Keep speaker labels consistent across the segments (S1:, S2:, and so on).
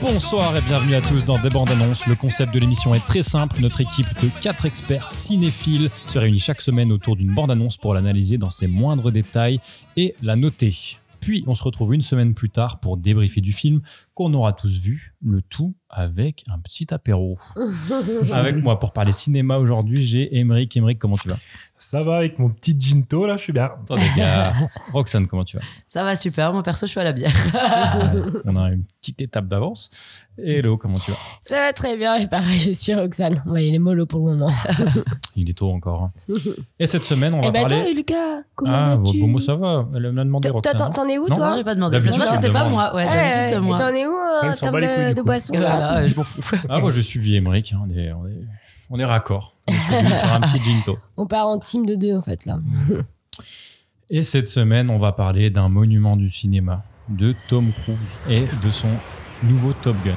S1: Bonsoir et bienvenue à tous dans Des bandes annonces. Le concept de l'émission est très simple. Notre équipe de 4 experts cinéphiles se réunit chaque semaine autour d'une bande annonce pour l'analyser dans ses moindres détails et la noter. Puis on se retrouve une semaine plus tard pour débriefer du film qu'on aura tous vu, le tout avec un petit apéro. avec moi pour parler cinéma aujourd'hui, j'ai Emeric. Emeric, comment tu vas
S2: Ça va avec mon petit ginto là, je suis bien.
S1: Oh, les gars. Roxane, comment tu vas
S3: Ça va super, moi perso je suis à la bière.
S1: On a une petite étape d'avance. Hello, comment tu vas
S4: Ça va très bien, et pareil, je suis Roxane. Ouais, il est mollo pour le moment.
S1: Il est tôt encore. hein. Et cette semaine, on va
S4: eh ben
S1: parler.
S4: attends, Lucas, comment
S1: Ah, bon,
S4: vas-tu
S1: bon, moi, ça va. Elle m'a demandé
S4: T'en-
S1: Roxane. hein.
S4: t'en- T'en es où,
S1: Non,
S3: Non,
S4: toi
S3: j'ai pas demandé.
S1: D'habitude,
S3: Moi, c'était pas
S1: demande.
S3: moi. Ouais,
S4: Ah,
S3: d'habitude, c'est
S4: ouais,
S3: moi.
S4: T'en es où euh,
S2: Elle
S4: en
S2: s'en
S4: termes
S2: bat les couilles,
S4: de,
S2: du
S4: de
S2: coup.
S4: boisson là
S3: Voilà, je m'en fous.
S1: Ah, moi, je suis vie Emmerich. hein. On, est, on, est, on est raccord. On est sur un petit ginto.
S4: On part en team de deux, en fait, là.
S1: Et cette semaine, on va parler d'un monument du cinéma, de Tom Cruise et de son nouveau Top Gun.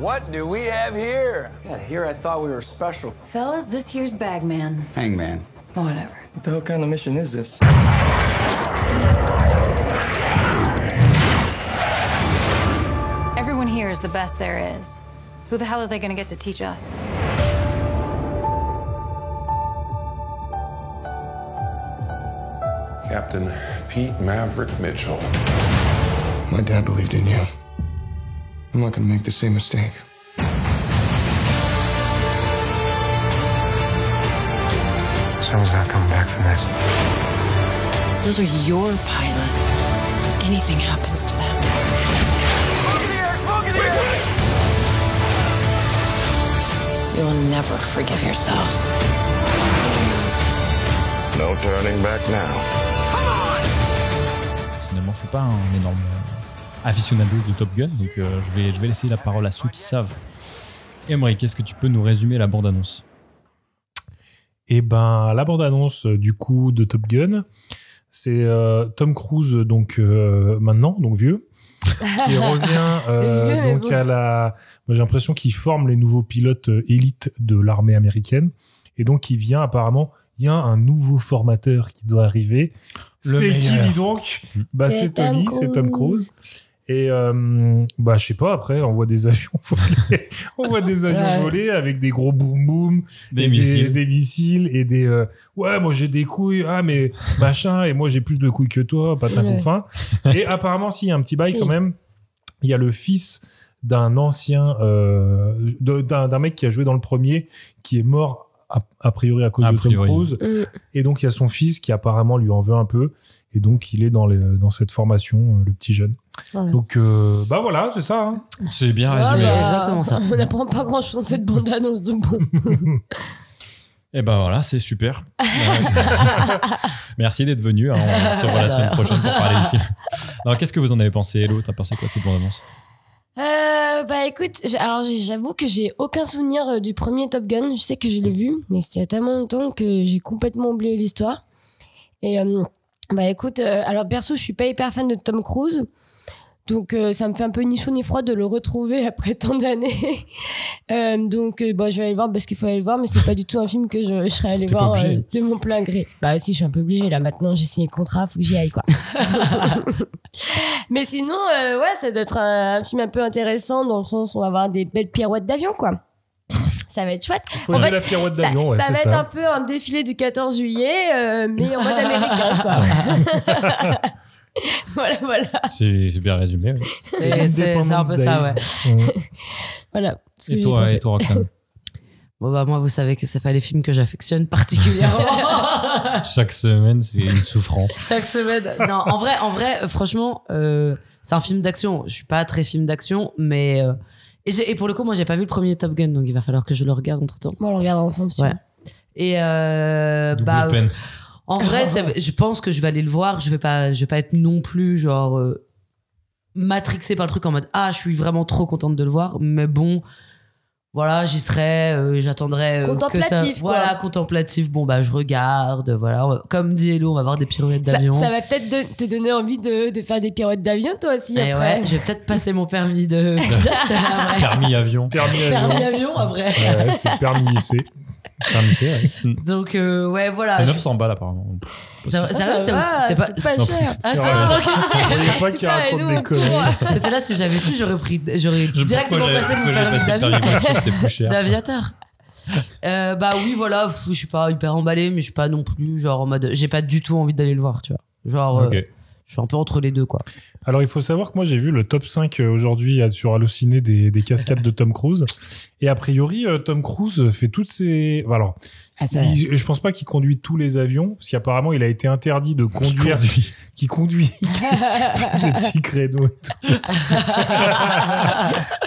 S5: What do we have here? Yeah, here I thought we were special.
S6: Fellas, this here's Bagman.
S5: Hangman.
S6: Whatever.
S5: What the hell kind of mission is this?
S6: Everyone here is the best there is. Who the hell are they gonna get to teach us?
S7: Captain Pete Maverick Mitchell. My dad believed in you. I'm not gonna make the same mistake.
S5: Someone's not coming back from this.
S6: Those are your pilots. Anything happens to them. You'll never forgive yourself.
S7: No turning back now.
S1: Finalement, je suis pas un énorme euh, aficionado de Top Gun, donc euh, je, vais, je vais laisser la parole à ceux qui savent. Emmerich, est-ce que tu peux nous résumer la bande-annonce
S2: Et ben la bande annonce du coup de Top Gun, c'est euh, Tom Cruise donc euh, maintenant donc vieux qui revient euh,
S4: Vieux, mais
S2: donc
S4: bon.
S2: à la. Moi j'ai l'impression qu'il forme les nouveaux pilotes euh, élites de l'armée américaine et donc il vient apparemment. Il y a un nouveau formateur qui doit arriver.
S1: Le
S2: C'est qui
S1: meilleur.
S2: dis donc Bah
S4: C'est
S2: c'est Tony,
S4: Tom
S2: c'est Tom
S4: Cruise.
S2: Cruise. Et euh, bah je sais pas après on voit des avions voler, on voit des avions
S4: Ouais.
S2: voler avec des gros boum boum
S1: Des
S2: et
S1: missiles.
S2: des missiles et des euh, ouais moi j'ai des couilles ah mais machin et moi j'ai plus de couilles que toi pas
S4: Ouais.
S2: de fin et apparemment s'il y a un petit bail
S4: Si.
S2: quand même il y a le fils d'un ancien euh, de- d'un d'un mec qui a joué dans le premier qui est mort a, a priori à cause
S1: A
S2: de Tom
S1: priori.
S2: Cruise
S4: Mm.
S2: et donc il y a son fils qui apparemment lui en veut un peu et donc il est dans les, dans cette formation euh, le petit jeune
S4: Voilà.
S2: donc euh, bah voilà c'est ça hein.
S1: C'est bien
S4: Ah,
S1: résumé.
S4: bah,
S3: exactement ça.
S4: On n'apprend pas grand chose dans cette bande-annonce, donc bon.
S1: Et ben voilà, c'est super. Euh, Merci d'être venu. hein. On se revoit la semaine prochaine pour parler du film. Alors, qu'est-ce que vous en avez pensé, Hello T'as pensé quoi de cette bande-annonce
S4: Euh, bah écoute, j'ai- alors j'ai- j'avoue que j'ai aucun souvenir euh, du premier Top Gun. Je sais que je l'ai vu, mais c'était tellement longtemps que j'ai complètement oublié l'histoire. Et euh, bah écoute, euh, alors perso, je suis pas hyper fan de Tom Cruise. Donc euh, ça me fait un peu ni chaud ni froid de le retrouver après tant d'années. Euh, donc euh, bon, je vais aller le voir parce qu'il faut aller le voir, mais c'est pas du tout un film que je, je serais allé
S1: T'es pas
S4: voir
S1: obligé.
S4: euh, de mon plein gré. Bah si, je suis un peu obligée là maintenant, j'ai signé le contrat, faut que j'y aille quoi. Mais sinon, euh, ouais, ça doit être un, un film un peu intéressant dans le sens où on va avoir des belles pirouettes d'avion, quoi. Ça va être chouette.
S2: faut
S4: En
S2: aimer
S4: fait,
S2: la pirouette
S4: Ça,
S2: d'avion ouais,
S4: ça
S2: c'est
S4: va être
S2: ça.
S4: un peu un défilé du 14 juillet, euh, mais en mode américain, quoi. voilà, voilà.
S1: C'est c'est bien résumé. oui.
S3: C'est c'est- c'est un peu ça, ouais.
S4: Voilà. ce que
S1: Et
S4: j'ai
S1: toi,
S4: pensé.
S1: et toi, Roxane
S3: Bon, bah, moi, vous savez que c'est pas les films que j'affectionne particulièrement.
S1: Chaque semaine, c'est une souffrance.
S3: Chaque semaine. Non, en vrai, en vrai, euh, franchement, euh, c'est un film d'action. Je suis pas très film d'action, mais. euh, et, j'ai- et pour le coup, moi, j'ai pas vu le premier Top Gun, donc il va falloir que je le regarde entre temps.
S4: Bon, on le regarde ensemble, si tu
S3: Ouais.
S4: veux.
S3: Et euh,
S1: Double
S3: bah,
S1: peine.
S3: En vrai, ça- je pense que je vais aller le voir. Je vais pas, je vais pas être non plus genre euh, matrixé par le truc en mode ah, je suis vraiment trop contente de le voir. Mais bon, voilà, j'y serai, euh, j'attendrai. euh, que ça-
S4: Contemplatif, quoi.
S3: Voilà, contemplatif. Bon bah, je regarde. Voilà, on va- comme dit Hello, on va voir des pirouettes
S4: Ça,
S3: d'avion.
S4: ça va peut-être de- te donner envie de, de faire des pirouettes d'avion, toi aussi,
S3: Et
S4: après.
S3: Eh ouais, je vais peut-être passer mon permis de.
S1: Permis avion.
S2: Permis avion.
S3: permis avion après.
S2: Ouais, c'est permis C.
S1: Permis C, ouais.
S3: Donc euh, ouais,
S4: Bah,
S3: voilà.
S1: Mm. C'est
S3: je-
S1: 900 balles apparemment.
S3: Ça,
S4: Ah,
S3: ça va,
S4: ça
S3: ça
S4: va,
S3: va, c'est pas,
S4: c'est pas cher.
S3: Attends,
S2: Ouais. Je
S3: donc-
S2: voyais pas qu'il
S4: Ah, Putain, et
S2: raconte
S4: Ah, nous,
S2: des
S4: on
S2: conneries.
S3: C'était là, si j'avais su, j'aurais pris, j'aurais
S1: Je-
S3: directement
S1: pourquoi
S3: passé
S1: j'avais-
S3: mon
S1: pourquoi j'ai
S3: permis
S1: passé le
S3: d'avion.
S1: permis moi, je trouve que C'était plus cher.
S3: d'aviateur. Euh, bah oui, voilà, pff, je suis pas hyper emballé, mais je suis pas non plus, genre en mode, j'ai pas du tout envie d'aller le voir, tu vois. Genre, euh,
S1: Ok.
S3: je suis un peu entre les deux, quoi.
S2: Alors, il faut savoir que moi, j'ai vu le top 5 aujourd'hui sur Allociné des, des cascades de Tom Cruise. Et a priori, euh, Tom Cruise fait toutes ses. enfin, Alors,
S8: Ah, ça-
S2: il- je pense pas qu'il conduit tous les avions, parce qu'apparemment, il a été interdit de conduire. Qui conduit ses petits créneaux et tout.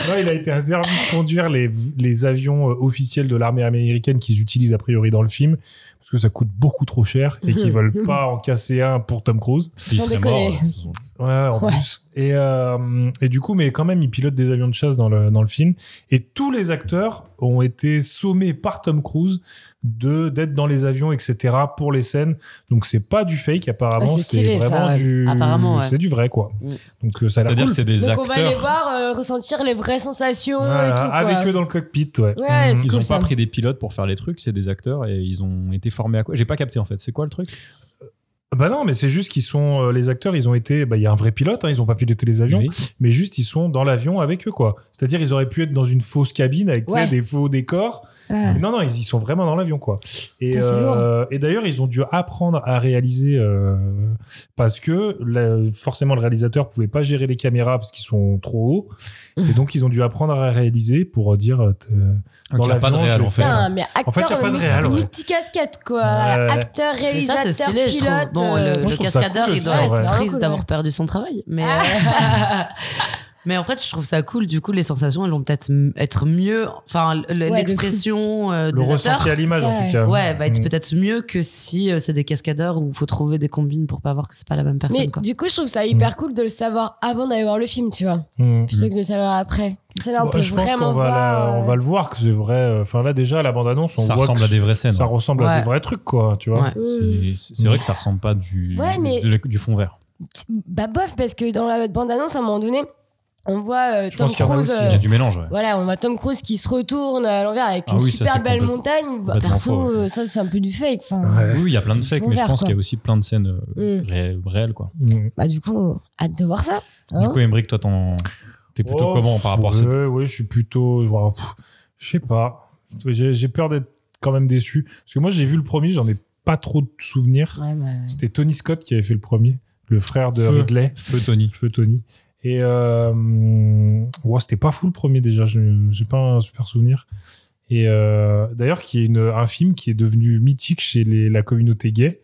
S2: non, il a été interdit de conduire les, les avions euh, officiels de l'armée américaine qu'ils utilisent a priori dans le film, parce que ça coûte beaucoup trop cher et qu'ils veulent pas en casser un pour Tom Cruise.
S1: Il serait mort.
S4: déconner.
S1: ouais, de toute façon.
S2: Ouais, en
S4: Ouais.
S2: plus. Et, euh, et du coup, mais quand même, il pilote des avions de chasse dans le, dans le film. Et tous les acteurs ont été sommés par Tom Cruise de d'être dans les avions, etc., pour les scènes. Donc, c'est pas du fake, apparemment.
S4: Ah, c'est
S2: c'est
S4: stylé, ça,
S2: vraiment
S4: ouais.
S2: du.
S3: Apparemment, ouais.
S2: C'est du vrai, quoi.
S3: Mm.
S2: Donc, euh, ça a l'air
S1: C'est-à-dire que
S2: cool.
S1: c'est des
S4: Donc on va aller
S1: acteurs.
S4: voir, euh, ressentir les vraies sensations
S2: Voilà,
S4: et tout. quoi.
S2: avec eux dans le cockpit, ouais.
S4: Ouais,
S2: Mm.
S4: c'est
S1: Ils
S4: cool
S1: ont
S4: ça.
S1: pas pris des pilotes pour faire les trucs, c'est des acteurs et ils ont été formés à quoi J'ai pas capté en fait. C'est quoi le truc
S2: Bah non, mais c'est juste qu'ils sont. euh, les acteurs, ils ont été. Bah, il y a un vrai pilote, hein, ils ont pas piloté les avions.
S1: Oui.
S2: mais juste ils sont dans l'avion avec eux quoi. C'est-à-dire ils auraient pu être dans une fausse cabine avec tu sais,
S4: Ouais.
S2: des faux décors.
S4: Ouais.
S2: Mais Non non, ils, ils sont vraiment dans l'avion quoi. Et,
S4: Putain, c'est
S2: euh, et d'ailleurs ils ont dû apprendre à réaliser euh, parce que la- forcément le réalisateur pouvait pas gérer les caméras parce qu'ils sont trop hauts et donc ils ont dû apprendre à réaliser pour euh, dire euh, t- euh,
S1: Donc,
S2: Dans
S1: il y a pas de
S2: l'avion,
S1: réel
S2: je
S1: en fait.
S4: Putain, mais
S2: En fait, y a
S4: acteur,
S2: pas de
S4: multi-
S2: réel, ouais.
S4: multicasquette, quoi.
S2: Ouais.
S4: Acteur,
S3: Et
S4: réalisateur,
S3: ça, c'est stylé, je
S4: pilote.
S3: trouve. Bon,
S4: euh,
S3: le,
S2: Moi,
S3: le
S2: je trouve ça
S3: cascadeur,
S2: cool
S3: il
S2: aussi,
S3: doit
S2: en
S3: être
S2: vrai.
S4: C'est
S3: triste
S4: vraiment cool, Ah.
S3: d'avoir
S4: ouais.
S3: perdu son travail. Mais, euh, mais en fait, je trouve ça cool. Du coup, les sensations, elles vont peut-être m- être mieux. Enfin, l-
S4: de
S3: l'expression euh,
S2: le
S3: des acteurs.
S2: ressenti à l'image
S4: Ouais.
S2: en
S4: bah,
S2: tout cas.
S1: euh,
S3: Ouais, va être
S2: Mm.
S3: peut-être mieux que si euh, c'est des cascadeurs où il faut trouver des combines pour pas voir que c'est pas la même personne.
S4: Mais
S3: quoi.
S4: du coup, je trouve ça hyper cool de le savoir avant d'aller voir le film, tu vois.
S2: Mm.
S4: Plutôt que de le savoir après. Ça, là, on
S2: Bon,
S4: peut
S2: je pense
S4: vraiment
S2: qu'on va, la-
S4: voir.
S2: on
S4: euh,
S2: va le voir que c'est vrai. euh, Enfin là déjà la bande annonce on
S1: Ça
S2: voit
S1: ressemble
S2: que
S1: à des vraies scènes.
S2: ça
S1: ouais.
S2: ressemble à
S3: Ouais.
S2: des vrais trucs quoi, tu vois.
S3: Ouais.
S4: euh,
S1: C'est- C'est c'est vrai que ça ressemble pas du,
S4: Ouais, mais-
S1: de la- du fond vert.
S4: Bah, bof, parce que dans la bande-annonce, à un moment donné, on voit euh, Tom
S2: pense qu'il y en a
S4: Cruise.
S2: aussi,
S4: euh,
S1: Il y a du mélange. ouais.
S4: Voilà, on voit Tom Cruise qui se retourne à l'envers avec
S1: Ah
S4: une
S1: oui, ça,
S4: super
S1: c'est
S4: belle
S1: complètement-
S4: montagne. Bah,
S1: complètement
S4: perso,
S1: faux, ouais.
S4: euh, ça, c'est un peu du fake. Enfin,
S2: Ouais.
S1: Oui, il y a plein de
S4: C'est
S1: fakes,
S4: fond
S1: mais je
S4: vert,
S1: pense
S4: quoi.
S1: qu'il y a aussi plein de scènes euh,
S4: Mm.
S1: ré- réelles. Quoi.
S2: Mm.
S4: Bah, du coup, hâte de voir ça. hein.
S1: du coup, Emmerich, toi, t'en- t'es plutôt
S2: Oh,
S1: comment par rapport à cette.
S2: ouais, ouais, je suis plutôt. voilà, pff, Je sais pas. J'ai j'ai peur d'être quand même déçu. Parce que moi, j'ai vu le premier, j'en ai pas trop de souvenirs.
S4: Ouais, bah,
S2: C'était Tony Scott qui avait fait le premier, le frère de
S1: Feu.
S2: Ridley,
S1: Feu Tony.
S2: feu Tony. Et euh, hum, ouais, c'était pas fou le premier déjà. Je- J'ai pas un super souvenir. Et euh, d'ailleurs, qui est une, un film qui est devenu mythique chez les- la communauté gay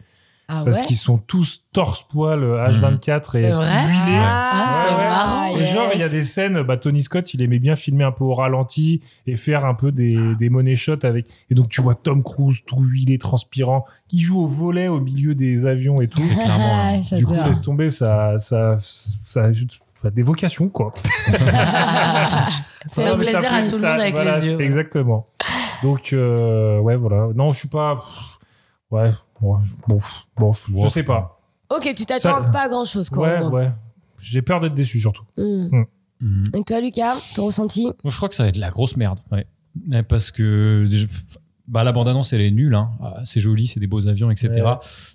S4: Ah
S2: parce
S4: ouais
S2: qu'ils sont tous torse-poil euh, H24 et
S3: C'est vrai
S2: huilés.
S4: Ah,
S2: Ouais,
S3: c'est
S2: ouais.
S3: marrant.
S2: Et genre, il y a des scènes, bah, Tony Scott, il aimait bien filmer un peu au ralenti et faire un peu
S3: Ah.
S2: des, des money shots avec. Et donc, tu vois Tom Cruise tout huilé, transpirant, qui joue au volet au milieu des avions et tout.
S1: C'est clairement.
S3: Ah,
S1: euh,
S2: Du coup, laisse tomber, ça, ça, ça, ça a des vocations, quoi.
S3: fait
S2: mais
S3: plaisir à
S2: fait-
S3: tout le monde avec
S2: voilà,
S3: les yeux.
S2: Exactement. Donc, euh, ouais, voilà. Non, je suis pas. pff, Ouais, ouais, je- bon, pff, bon, pff, je
S1: Ouais.
S2: sais pas.
S4: Ok, tu t'attends
S2: Ça-
S4: pas à grand chose, quoi.
S2: Ouais,
S4: en gros.
S2: ouais. J'ai peur d'être déçu, surtout.
S4: Hmm.
S1: mm.
S4: Et toi, Lucas, ton ressenti
S1: Moi, je crois que ça va être de la grosse merde. Ouais. Ouais, Parce que déjà, pff, bah, la bande-annonce, elle est nulle. hein. Ah, C'est joli, c'est des beaux avions, etc.
S2: Ouais.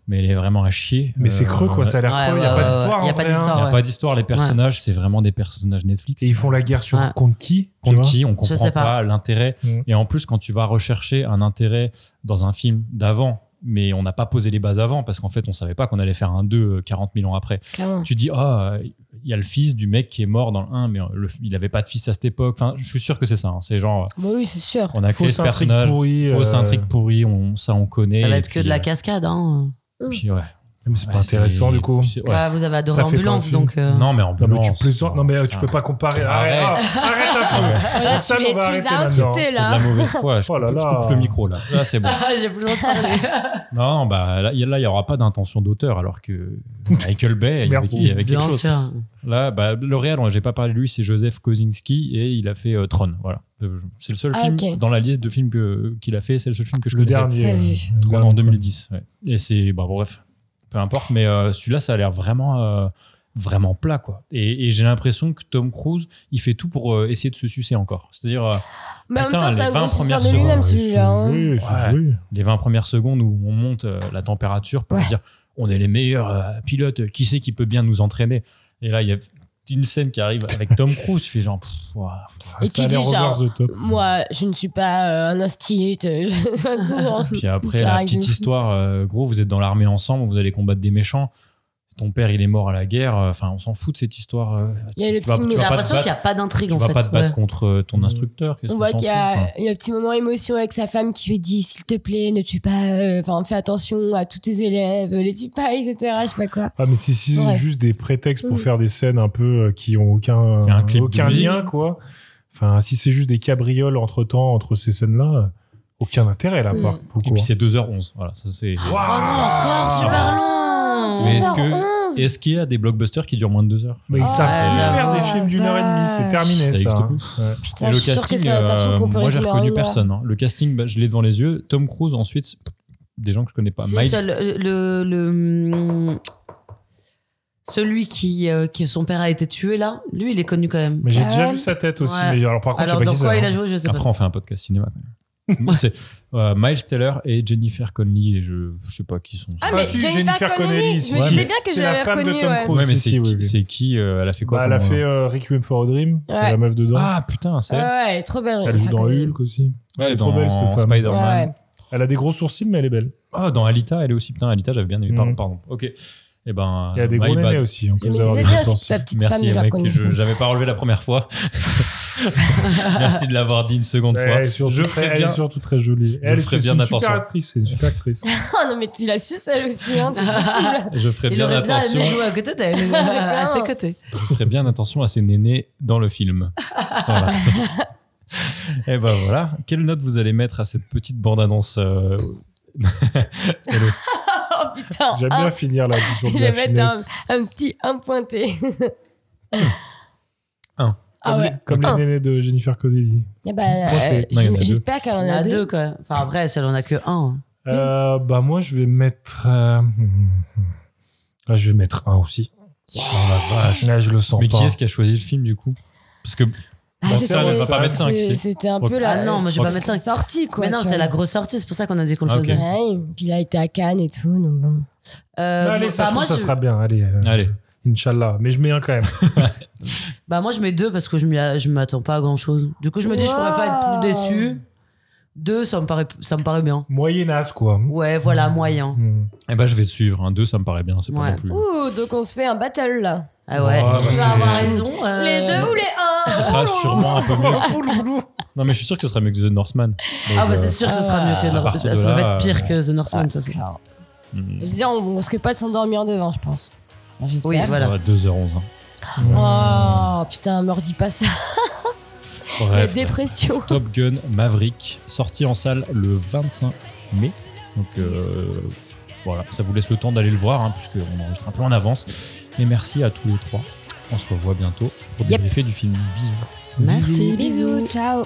S1: Mais elle est vraiment à chier.
S2: Mais c'est
S1: Euh,
S2: creux, quoi. Ça a l'air
S3: Ouais,
S2: creux. Il
S3: ouais,
S2: a pas
S3: ouais,
S2: d'histoire.
S3: ouais. Y a
S2: en vrai,
S3: pas
S2: hein.
S1: Il
S3: d'histoire,
S1: n'y a
S3: Ah ouais.
S1: pas d'histoire. Les personnages, c'est vraiment des personnages Netflix.
S2: Et ils font la guerre sur
S3: Ouais.
S2: contre qui tu
S1: Contre
S2: vois
S1: qui On comprend
S3: sais
S1: pas,
S3: pas.
S1: l'intérêt.
S2: Mm.
S1: Et en plus, quand tu vas rechercher un intérêt dans un film d'avant, mais on n'a pas posé les bases avant parce qu'en fait, on savait pas qu'on allait faire un 2 euh, 40 000 ans après.
S4: Clairement.
S1: Tu dis, ah, euh, il y a le fils du mec qui est mort dans le 1, mais euh, le- il n'avait pas de fils à cette époque. Enfin, je suis sûr que c'est ça. hein. C'est genre,
S4: Bah oui, c'est sûr.
S1: on a créé
S2: Fausse
S1: ce
S2: intrigue
S1: personnage.
S2: pourrie,
S1: Fausse
S2: euh,
S1: intrigue pourrie, on, ça on connaît.
S3: Ça va
S1: et
S3: être que
S1: puis,
S3: de la
S1: euh,
S3: cascade. Hein.
S1: puis, ouais.
S2: Mais c'est pas intéressant du coup.
S3: Bah, vous avez adoré
S2: Ça fait pas
S3: Ambulance,
S2: un film.
S3: donc, euh,
S1: Non, mais
S2: Non mais tu
S1: Ambulance.
S2: plaisantes. Non mais euh, tu
S1: Ah.
S2: peux pas comparer. Arrête,
S1: Arrête.
S2: ah, arrête un peu.
S4: Là,
S2: Ça,
S4: tu
S2: on
S4: les-
S2: va
S4: tu les
S2: arrêter
S4: as
S2: maintenant.
S4: insultés,
S1: C'est de
S4: là.
S1: la mauvaise foi. Je,
S2: Oh là
S1: coupe, je coupe
S2: là.
S1: le micro là. Là, c'est bon.
S3: J'ai plus le droit de parler.
S1: Non, bah là, il là, y aura pas d'intention d'auteur, alors que Michael Bay, il
S2: Merci.
S1: était avec quelque
S3: Bien
S1: chose.
S3: sûr.
S1: Là, bah, le réel, on- j'ai pas parlé de lui, c'est Joseph Kosinski et il a fait euh, Tron. Voilà, Euh, je- c'est le seul
S4: Ah,
S1: film
S4: ok.
S1: dans la liste de films que- qu'il a fait. C'est le seul film que je
S2: Le
S1: connaissais.
S2: dernier.
S4: T'as vu.
S2: euh,
S1: Tron
S2: dernier
S1: en
S2: truc.
S1: 2010. ouais. Et c'est, bah, bon, bref, peu importe. Mais euh, celui-là, ça a l'air vraiment, euh, vraiment plat, quoi. Et, et j'ai l'impression que Tom Cruise, il fait tout pour euh, essayer de se sucer encore. C'est-à-dire euh,
S4: Mais en même
S1: Putain,
S4: temps, c'est
S1: les
S4: un
S1: 20
S4: gros souvenir
S1: premières
S4: de lui-même, celui-là. hein.
S2: Oui,
S1: Ouais.
S2: c'est joli.
S1: les 20 premières secondes où on monte euh, la température pour
S4: Ouais.
S1: dire on est les meilleurs euh, pilotes, qui c'est qui peut bien nous entraîner Et là, il y a une scène qui arrive avec Tom Cruise, tu fais genre, pff, ouah,
S2: Ah,
S4: Et
S2: ça
S4: qui
S2: a
S4: dit
S2: l'air
S4: genre,
S2: over the top.
S4: Moi, je ne suis pas euh, un instite.
S1: Puis après, la petite histoire, euh, gros, vous êtes dans l'armée ensemble, vous allez combattre des méchants. Ton père, il est mort à la guerre. euh, Enfin, on s'en fout de cette histoire. euh,
S4: Il y a le
S1: tu vas-
S4: petit
S1: tu
S4: mot.
S3: J'ai
S1: vas pas te
S3: l'impression qu'il n'y a
S1: battre-
S3: pas d'intrigue,
S1: tu
S3: en
S1: vas
S3: fait.
S1: pas te battre
S3: Ouais.
S1: contre euh, ton instructeur. qu'est-ce
S4: Mm. On
S1: qu'on
S4: voit
S1: s'en
S4: qu'il y,
S1: fout, enfin.
S4: a il y a un petit moment émotion avec sa femme qui lui dit S'il te plaît, ne tue pas, euh, enfin, fais attention à tous tes élèves, les tue pas, etc. Je sais pas quoi.
S2: Ah mais si, si c'est
S4: Ouais.
S2: juste des prétextes pour
S4: Mm.
S2: faire des scènes un peu euh, qui ont aucun
S1: Fais un clip de
S2: aucun
S1: musique.
S2: lien quoi. Enfin si c'est juste des cabrioles entre temps entre ces scènes là, aucun intérêt là
S4: Mm.
S2: par pour Ah.
S1: Et puis c'est 2h11. Voilà, ça c'est.
S3: Oh non,
S1: Ah.
S3: encore super
S4: Ah,
S3: long
S1: Mais est-ce que-
S4: 2h11
S1: Est-ce qu'il y a des blockbusters qui durent moins de 2 heures
S2: Mais ils
S4: Oh,
S2: savent plus
S3: ouais,
S2: faire des
S4: j'avoue.
S2: films d'une heure et demie, c'est terminé
S1: Ça
S2: ça.
S1: existe
S2: hein. Ouais.
S4: Putain,
S1: Et
S4: je
S1: le
S4: suis sûre que
S1: casting,
S4: c'est un film
S1: euh,
S4: qu'on peut
S1: moi j'ai
S4: résumer en
S1: reconnu
S4: une heure.
S1: personne. hein. Le casting, bah, je l'ai devant les yeux. Tom Cruise, ensuite des gens que je connais pas.
S3: Si,
S1: Miles,
S3: seul- euh, le, le- celui qui, euh, qui son père a été tué là, lui il est connu quand même.
S2: Mais j'ai
S4: Ah
S2: déjà
S4: ouais.
S2: vu sa tête aussi.
S3: Ouais.
S2: Mais alors par contre, je
S3: Alors
S2: sais pas
S3: dans
S2: qui
S3: quoi
S2: c'est.
S3: il
S2: hein.
S3: a joué, je sais pas.
S1: Après, on fait un podcast cinéma. quand même. Moi, c'est euh, Miles Teller et Jennifer Connelly. Et je, je sais pas qui sont.
S4: Ah, mais
S2: Ah, si,
S4: Jennifer,
S2: Jennifer
S4: Connelly,
S2: Connelly,
S4: je
S2: si,
S4: me
S1: si.
S4: disais bien que je
S2: C'est la
S4: l'avais
S2: femme de
S4: reconnue.
S2: Tom
S4: ouais.
S2: Cruise.
S1: Ouais, mais
S2: si,
S1: c'est
S2: oui, oui.
S1: qui, c'est qui, euh, Elle a fait quoi
S2: Bah, elle a
S1: pendant-
S2: fait euh, Requiem for a Dream, c'est
S4: Ouais.
S2: la meuf dedans.
S1: Ah putain, c'est
S4: Ouais,
S1: elle.
S4: ouais, elle est trop belle.
S2: elle joue
S4: Jennifer
S2: dans
S4: Connelly.
S2: Hulk aussi.
S1: elle est
S2: trop
S1: dans
S2: belle, cette femme.
S4: Ouais,
S1: Spider-Man.
S4: ouais.
S2: Elle a des gros sourcils, mais elle est belle.
S1: Ah, dans Alita, elle est aussi. Putain, Alita, j'avais bien aimé. Pardon,
S2: Mhm.
S1: pardon. Ok. Et ben.
S2: Elle a des
S1: my
S2: gros
S1: bad.
S2: nénés aussi. en plus
S4: Je me
S2: d'avoir
S4: disais
S2: des
S4: bien
S2: gros
S4: que sa petite femme,
S1: Merci,
S4: je la
S1: mec. Je
S4: reconnaissais.
S1: j'avais pas relevé la première fois. Merci de l'avoir dit une seconde
S2: Elle
S1: fois.
S2: est surtout,
S1: Je
S2: très,
S1: ferai
S2: elle est
S1: bien.
S2: surtout très jolie. Elle
S1: ferai
S2: c'est
S1: bien
S2: une
S1: attention.
S2: super actrice, c'est une super actrice.
S4: Oh non, mais tu l'as su, celle aussi, hein, t'es possible.
S1: Je ferai
S3: Il
S1: bien
S3: aurait bien
S1: attention.
S3: aimé jouer à côté d'elle, à ses côtés.
S1: Je ferai bien attention à ses nénés dans le film. Voilà. Et ben voilà. Quelle note vous allez mettre à cette petite bande-annonce euh, Hello.
S4: Oh putain.
S2: J'aime
S4: un-
S2: bien finir la vision
S4: Je
S2: de
S4: vais
S2: la
S4: mettre un,
S2: finesse.
S4: un petit 1 pointé.
S1: Un.
S4: Ah
S2: Comme,
S4: ouais.
S2: les, comme les
S4: Un.
S2: nénés de Jennifer Connelly.
S4: Eh ben,
S1: Moi,
S4: euh,
S1: c'est- non, il y en a deux.
S4: J'espère qu'elle
S3: Il y
S4: en
S3: en
S4: a
S3: a
S4: deux.
S3: deux quand même. Enfin après, si elle en a que un.
S2: Euh, bah moi je vais mettre. euh, hmm, hmm. Là je vais mettre un aussi. Oh la vache, là je le sens
S1: Mais
S2: pas.
S1: qui est-ce qui a choisi le film du coup Parce que
S2: Euh.
S4: Ah,
S1: Bon,
S4: c'était-
S1: ça, elle va pas mettre cinq,
S4: c'est-
S1: si.
S4: C'était un peu la.
S3: Ah non, moi, je vais pas mettre cinq.
S4: Sortie, quoi.
S3: Mais non,
S4: tu
S3: c'est
S4: vois.
S3: la grosse sortie, c'est pour ça qu'on a dit qu'on le
S1: Ah, ok.
S3: faisait.
S4: Ouais, puis il a été à Cannes et tout, donc bon.
S3: Euh,
S2: Non, allez,
S3: bon,
S2: ça,
S3: bah,
S2: se
S3: moi,
S2: trouve, ça
S3: je-
S2: sera bien. Allez. euh,
S1: Allez.
S2: Inch'Allah. Mais je mets un quand même.
S3: Bah moi je mets deux parce que je m'y a- je m'attends pas à grand chose. Du coup je me dis je pourrais pas être plus
S4: Wow.
S3: déçu. Deux ça me paraît ça me paraît bien.
S2: Moyen-As, quoi.
S3: Ouais voilà moyen.
S2: Hmm.
S1: Eh ben je vais te suivre. Un 2, ça me paraît bien. C'est
S3: Ouais.
S1: pas non plus.
S4: Ouh, donc on se fait un battle là.
S3: Ah ouais.
S2: Oh,
S3: tu
S2: bah,
S3: vas avoir
S2: c'est-
S3: raison. euh,
S4: Les deux ou les un
S1: Ce sera sûrement un peu mieux.
S2: Poulouloulou.
S1: Non mais je suis sûr que ce sera mieux que The Northman.
S3: Ah bah
S1: Donc,
S3: c'est
S1: euh,
S3: sûr que ce sera mieux que
S1: à
S3: Nor-
S1: partir
S3: ça,
S1: de
S3: ça va
S1: là,
S3: être pire
S1: euh,
S3: que The Northman de toute façon.
S8: Claire.
S1: hmm,
S4: Je veux dire, on, on risque pas de s'endormir devant, je pense.
S3: Oui voilà.
S1: ouais, 2h11. hein.
S4: Oh putain, me redis pas ça.
S1: Bref.
S4: Dépression.
S1: Top Gun Maverick, sorti en salle le 25 mai. Donc euh, voilà, ça vous laisse le temps d'aller le voir, hein, puisqu'on enregistre un peu en avance. Et merci à tous les trois. On se revoit bientôt pour
S4: Yep.
S1: débriefer du film. Bisous.
S3: Merci.
S4: Bisous, ciao.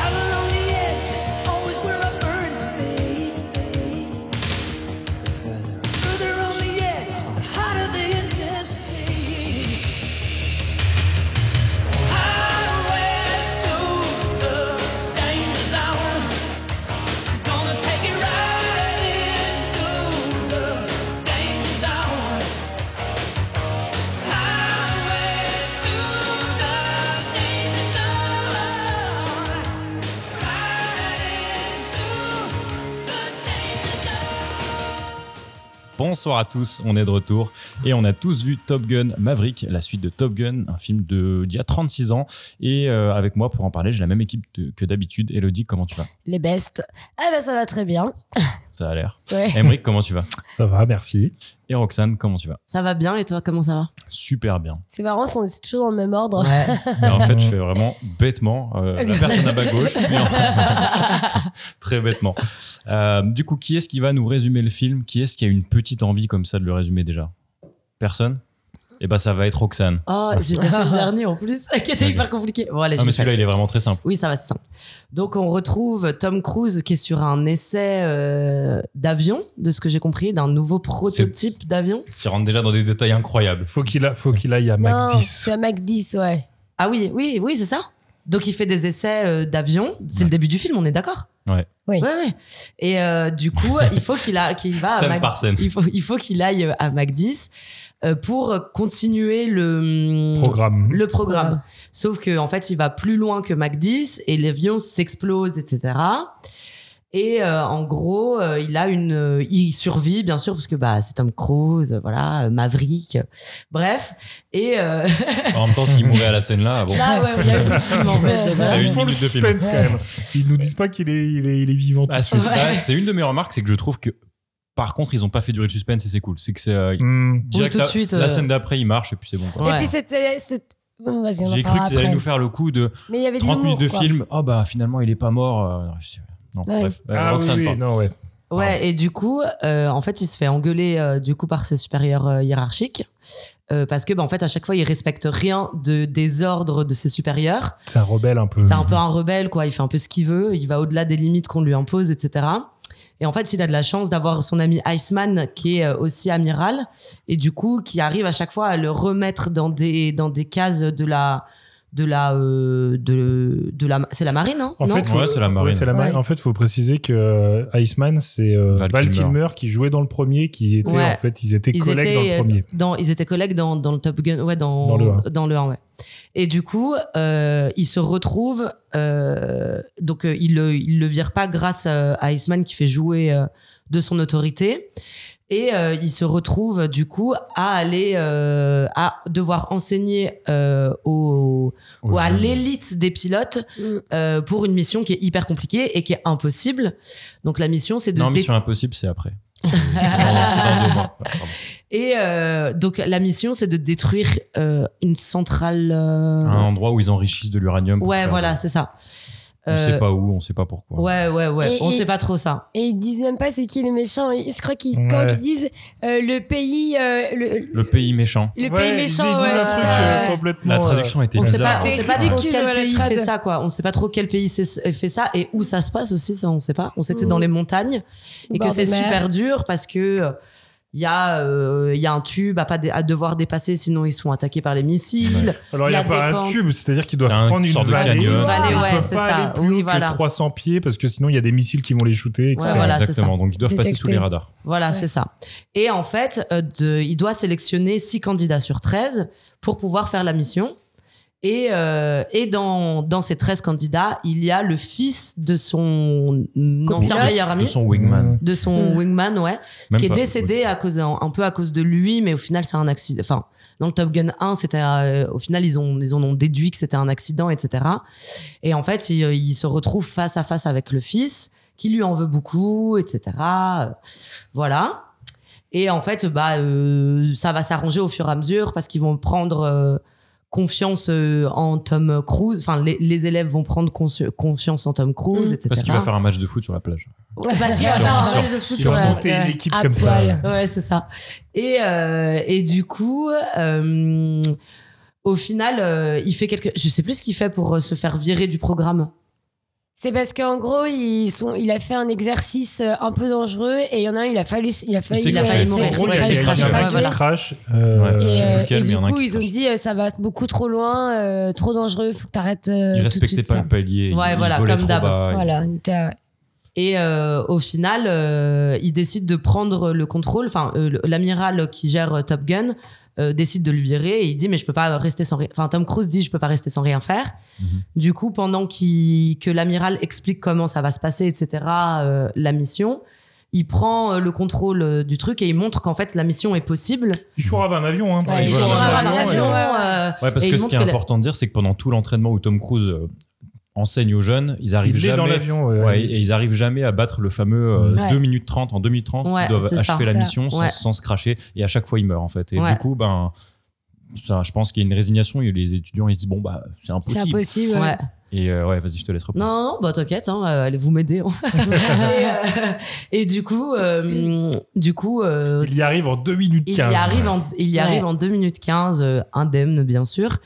S6: Out along the edge, it's always where
S1: Bonsoir à tous, on est de retour et on a tous vu Top Gun Maverick, la suite de Top Gun, un film de d'il y a 36 ans. Et euh, avec moi pour en parler, j'ai la même équipe de- que d'habitude. Elodie, comment tu vas
S4: Les bestes. Ah ben ça va très bien.
S1: Ça a l'air.
S4: Ouais.
S1: Emric, comment tu vas
S2: Ça va, merci.
S1: Et Roxane, comment tu vas
S3: Ça va bien et toi, comment ça va
S1: Super bien.
S4: C'est marrant, on est toujours dans le même ordre.
S1: Mais en fait, je fais vraiment bêtement euh, la personne à bas gauche. mais en- Très bêtement. Euh, du coup, qui est-ce qui va nous résumer le film Qui est-ce qui a une petite envie comme ça de le résumer déjà Personne Eh ben, ça va être Roxane.
S3: Oh, j'ai déjà fait le dernier en plus, qui était hyper compliqué. Bon, allez,
S1: Non,
S3: je
S1: Ah, mais
S3: le fais.
S1: celui-là, il est vraiment très simple.
S3: Oui, ça va, c'est simple. Donc, on retrouve Tom Cruise qui est sur un essai euh, d'avion, de ce que j'ai compris, d'un nouveau prototype d'avion.
S1: Tu rentres déjà dans des détails incroyables.
S2: Faut qu'il a- faut qu'il aille à Mac
S4: Non,
S2: 10.
S4: c'est à Mac 10, ouais.
S3: Ah oui, oui, oui, c'est ça. Donc, il fait des essais euh, d'avion. C'est le début du film, on est d'accord
S1: Ouais.
S4: Oui.
S3: Ouais, ouais. Et euh, du coup, il faut qu'il a- qu'il va à
S1: Scène
S3: Mac
S1: par scène.
S3: Il faut, il faut qu'il aille à Mac 10 euh, pour continuer le mm,
S2: Programme.
S3: le programme.
S4: Programme.
S3: Sauf que en fait, il va plus loin que Mac 10 et l'avion s'explose, etc. Et euh, en gros, euh, il a une, euh, il survit bien sûr parce que bah c'est Tom Cruise, euh, voilà, euh, Maverick, euh, bref. Et euh,
S1: En même temps, s'il mourait à la scène là, bon.
S3: là, Ah ouais, il y a eu le film, en fait, de
S1: Il y a
S3: base.
S1: une
S2: Ils font le
S1: minute de film.
S2: suspense quand même. Ils nous disent pas qu'il est, il est, il est vivant.
S1: Ah, c'est ça,
S3: Ouais.
S1: c'est une de mes remarques, c'est que je trouve que par contre, ils ont pas fait durer le suspense et c'est cool. C'est que c'est euh,
S2: Hmm.
S1: direct
S3: tout de
S1: la-
S3: suite,
S1: la
S3: euh.
S1: scène d'après, il marche et puis c'est bon. quoi.
S3: Ouais.
S4: Et puis c'était... c'est- Bon, vas-y, on en
S1: J'ai cru
S4: parlera
S1: qu'ils allaient
S4: après.
S1: nous faire le coup de
S4: Mais il y avait de
S1: 30 minutes de
S4: l'humour, quoi.
S1: film. Oh bah finalement, il est pas mort. euh, non, je- non,
S4: Ouais.
S1: bref. Euh,
S2: Ah oui,
S1: Roxane,
S2: oui,
S1: pardon.
S2: non, ouais.
S3: Ouais, et du coup, euh, en fait, il se fait engueuler euh, du coup par ses supérieurs euh, hiérarchiques. euh, parce que, bah, en fait, à chaque fois, il respecte rien de, des ordres de ses supérieurs.
S2: C'est un rebelle un peu.
S3: C'est un peu un rebelle, quoi. Il fait un peu ce qu'il veut. Il va au-delà des limites qu'on lui impose, etc. Et en fait, il a de la chance d'avoir son ami Iceman, qui est euh, aussi amiral, et du coup, qui arrive à chaque fois à le remettre dans des, dans des cases de la, de la, euh, de, de la, c'est la marine, hein
S2: En
S3: non
S2: fait, faut-
S1: Ouais, c'est la marine.
S2: ouais, c'est la marine.
S4: Ouais.
S2: En fait, faut préciser que euh, Iceman, c'est euh,
S1: Val
S2: Val,
S1: Kilmer.
S2: Kilmer. qui jouait dans le premier, qui était
S3: Ouais.
S2: en fait, ils étaient collègues dans le
S3: euh,
S2: premier.
S3: dans- ils étaient collègues dans, dans le Top Gun, ouais, dans,
S2: Dans le un.
S3: dans le un, ouais. Et du coup, euh, ils se retrouvent. euh, donc, euh, ils le, ils le virent pas grâce euh, à Iceman qui fait jouer euh, de son autorité. Et euh, ils se retrouvent du coup à aller, euh, à devoir enseigner euh, aux-
S1: Aux
S3: ou à
S1: jeunes.
S3: l'élite des pilotes
S4: Mm.
S3: euh, pour une mission qui est hyper compliquée et qui est impossible. Donc la mission, c'est de
S1: Non,
S3: dé-
S1: Mission Impossible, c'est après. C'est c'est dans, c'est dans deux mois. Ouais, pardon.
S3: Et euh, donc la mission, c'est de détruire euh, une centrale. euh,
S1: Un endroit où ils enrichissent de l'uranium. pour
S3: ouais,
S1: Ah, faire-
S3: voilà, c'est ça.
S1: On
S3: Euh,
S1: sait pas où, on sait pas pourquoi.
S3: Ouais, ouais, ouais.
S4: Et-
S3: on
S4: et-
S3: sait pas trop ça.
S4: Et ils disent même pas c'est qui les méchants. Ils se croient qu'ils, quand
S2: Ouais.
S4: ils disent euh, le pays, euh, le,
S1: Le pays méchant.
S4: le
S2: Ouais,
S4: pays méchant.
S2: Ils disent
S4: ouais,
S2: un truc euh,
S4: ouais.
S2: complètement.
S1: La traduction était
S3: On sait
S1: bizarre.
S3: pas, on
S4: ouais.
S3: sait pas trop
S4: Ridicule,
S3: quel
S4: ouais, la
S3: pays
S4: trad.
S3: fait ça, quoi. On sait pas trop quel pays c'est- fait ça et où ça se passe aussi, ça, on sait pas. On sait que c'est
S2: Mmh.
S3: dans les montagnes
S4: Au
S3: et
S4: bord
S3: que
S4: de
S3: c'est
S4: mer.
S3: super dur parce que. Il y, a, euh, il y a un tube à, pas dé- à devoir dépasser, sinon ils sont attaqués par les missiles.
S2: Alors, il n'y a
S3: la
S2: pas
S3: dépente.
S2: un tube, c'est-à-dire qu'ils doivent
S1: C'est un
S2: prendre une
S1: sorte de
S2: vallée.
S1: canyon.
S2: Ils
S4: Vallée,
S2: peuvent
S4: ouais,
S2: pas
S3: c'est ça.
S2: aller plus
S3: Oui,
S2: haut
S3: voilà.
S2: que 300 pieds parce que sinon, il y a des missiles qui vont les shooter, etc.
S3: Ouais, voilà, c'est
S1: Exactement. Donc ils doivent passer sous les
S4: Détecter.
S1: radars.
S3: Voilà,
S4: Ouais.
S3: c'est ça. Et en fait, euh, de- il doit sélectionner 6 candidats sur 13 pour pouvoir faire la mission. Et, euh, et dans, dans ces 13 candidats, il y a le fils de son ancien
S4: Copilote.
S3: meilleur
S1: De
S3: ami,
S1: son wingman.
S3: de son wingman, ouais,
S1: Même
S3: qui est
S1: pas.
S3: décédé à cause, un, un peu à cause de lui, mais au final, c'est un accident. Enfin, dans le Top Gun 1, c'était, euh, au final, ils, ont, ils en ont déduit que c'était un accident, etc. Et en fait, il, euh, il se retrouve face à face avec le fils, qui lui en veut beaucoup, etc. Euh, Voilà. Et en fait, bah, euh, ça va s'arranger au fur et à mesure parce qu'ils vont prendre euh, confiance euh, en Tom Cruise. Enfin, les, les élèves vont prendre consci- confiance en Tom Cruise,
S4: Mhm.
S3: etc.
S1: Parce qu'il va faire un match de foot sur la plage.
S3: Parce qu'il va
S1: Sur-
S3: faire un
S1: sur-
S3: match de foot
S2: Ils
S3: sur
S2: vont
S3: la-
S2: monter
S3: ouais. Ah,
S2: une équipe
S4: À
S2: comme ça.
S4: poil.
S3: Ouais, c'est ça. Et, euh, et du coup, euh, au final, euh, il fait quelque. Je sais plus ce qu'il fait pour euh, se faire virer du programme.
S4: C'est parce qu'en gros, ils sont, il a fait un exercice euh, un peu dangereux et il y en a un, il a fallu, euh, il a failli,
S1: s'est
S4: a failli
S1: craché.
S2: En
S4: mourir.
S2: gros,
S3: Ouais,
S2: il y a
S3: c'est
S2: quelqu'un
S3: craché, ouais,
S2: qui se
S3: voilà.
S2: crache. euh,
S1: Ouais.
S4: Et, euh,
S1: lequel,
S4: et
S1: mais il y
S4: du
S1: en a un
S4: coup,
S1: qui
S4: ils ont
S1: crache.
S4: dit euh, ça va beaucoup trop loin, euh, trop dangereux, faut que t'arrêtes. euh,
S1: Il
S4: tout de
S1: respectait
S4: suite
S1: pas
S4: ça.
S1: le palier.
S3: Ouais,
S1: il
S3: voilà,
S1: volait
S3: comme
S1: trop
S3: d'hab.
S1: bas, il-
S4: Voilà, il était, ouais.
S3: Et euh, au final, euh, il décide de prendre le contrôle. Enfin, euh, le- l'amiral qui gère euh, Top Gun euh, décide de le virer et il dit mais je peux pas rester sans rien. Enfin, Tom Cruise dit je peux pas rester sans rien faire.
S1: Mhm.
S3: Du coup, pendant qu'il- que l'amiral explique comment ça va se passer, etc. euh, la mission, il prend euh, le contrôle euh, du truc et il montre qu'en fait la mission est possible.
S2: Il chourave un avion, hein.
S3: Ouais, il
S2: Voilà.
S3: chourave un
S2: Ouais,
S3: avion,
S2: ouais.
S3: euh,
S1: Ouais, parce
S3: et
S1: que
S3: il
S1: ce
S3: montre
S1: qui est
S3: la-
S1: important de dire, c'est que pendant tout l'entraînement où Tom Cruise euh, enseigne aux jeunes, ils arrivent
S2: Il est
S1: jamais.
S2: dans l'avion, ouais, ouais.
S1: et ils arrivent jamais à battre le fameux euh,
S3: Ouais.
S1: 2 minutes 30. En 2 minutes 30,
S3: Ouais,
S1: ils doivent
S3: c'est
S1: achever
S3: ça.
S1: la
S3: Ça.
S1: mission sans,
S3: Ouais.
S1: sans se cracher. Et à chaque fois, ils meurent, en fait. Et
S3: Ouais.
S1: du coup, ben, ça, je pense qu'il y a une résignation. Et les étudiants, ils se disent, bon, bah, c'est impossible.
S3: Ouais.
S1: Et euh, ouais, vas-y, je te laisse reprendre.
S3: Non, non, bah t'inquiète, hein, euh, allez vous m'aider. hein. et, euh, et du coup, euh, du coup, euh,
S2: Il y arrive en 2 minutes
S3: il y
S2: 15.
S3: arrive en, il y
S2: Ouais.
S3: arrive en 2 minutes 15, euh, indemne bien sûr.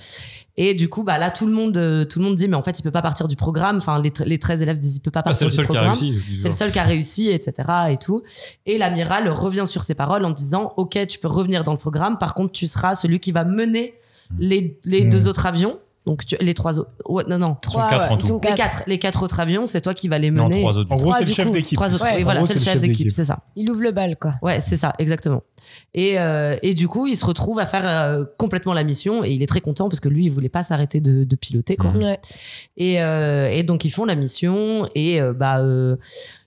S3: Et du coup, bah là, tout le monde, euh, tout le monde dit, mais en fait, il peut pas partir du programme. Enfin, les, tre- les 13 élèves disent, il peut pas
S1: Ah, c'est
S3: partir
S1: le
S3: du
S1: seul qui a
S3: programme.
S1: réussi, je dis
S3: C'est le
S1: genre.
S3: seul qui a réussi, etc. Et tout. Et l'amiral revient sur ses paroles en disant, ok, tu peux revenir dans le programme. Par contre, tu seras celui qui va mener les, les
S1: Mm.
S3: deux autres avions. Donc tu- les trois autres, ouais, non non,
S1: Trois, quatre
S4: euh,
S1: en ouais, ils tout. sont
S3: Les
S1: quatre.
S3: quatre, les quatre autres avions, c'est toi qui vas les
S1: Non,
S3: mener.
S1: trois autres. En gros, Trois, c'est le du chef coup. d'équipe.
S3: Trois autres,
S1: Ouais.
S3: oui,
S1: En
S3: voilà,
S1: gros,
S3: c'est le chef d'équipe, c'est ça.
S4: Il ouvre le bal, quoi.
S3: Ouais, c'est ça, exactement. Et, euh, et du coup, il se retrouve à faire euh, complètement la mission et il est très content parce que lui, il voulait pas s'arrêter de, de piloter. Quoi.
S4: Ouais.
S3: Et, euh, et donc, ils font la mission et euh, bah euh,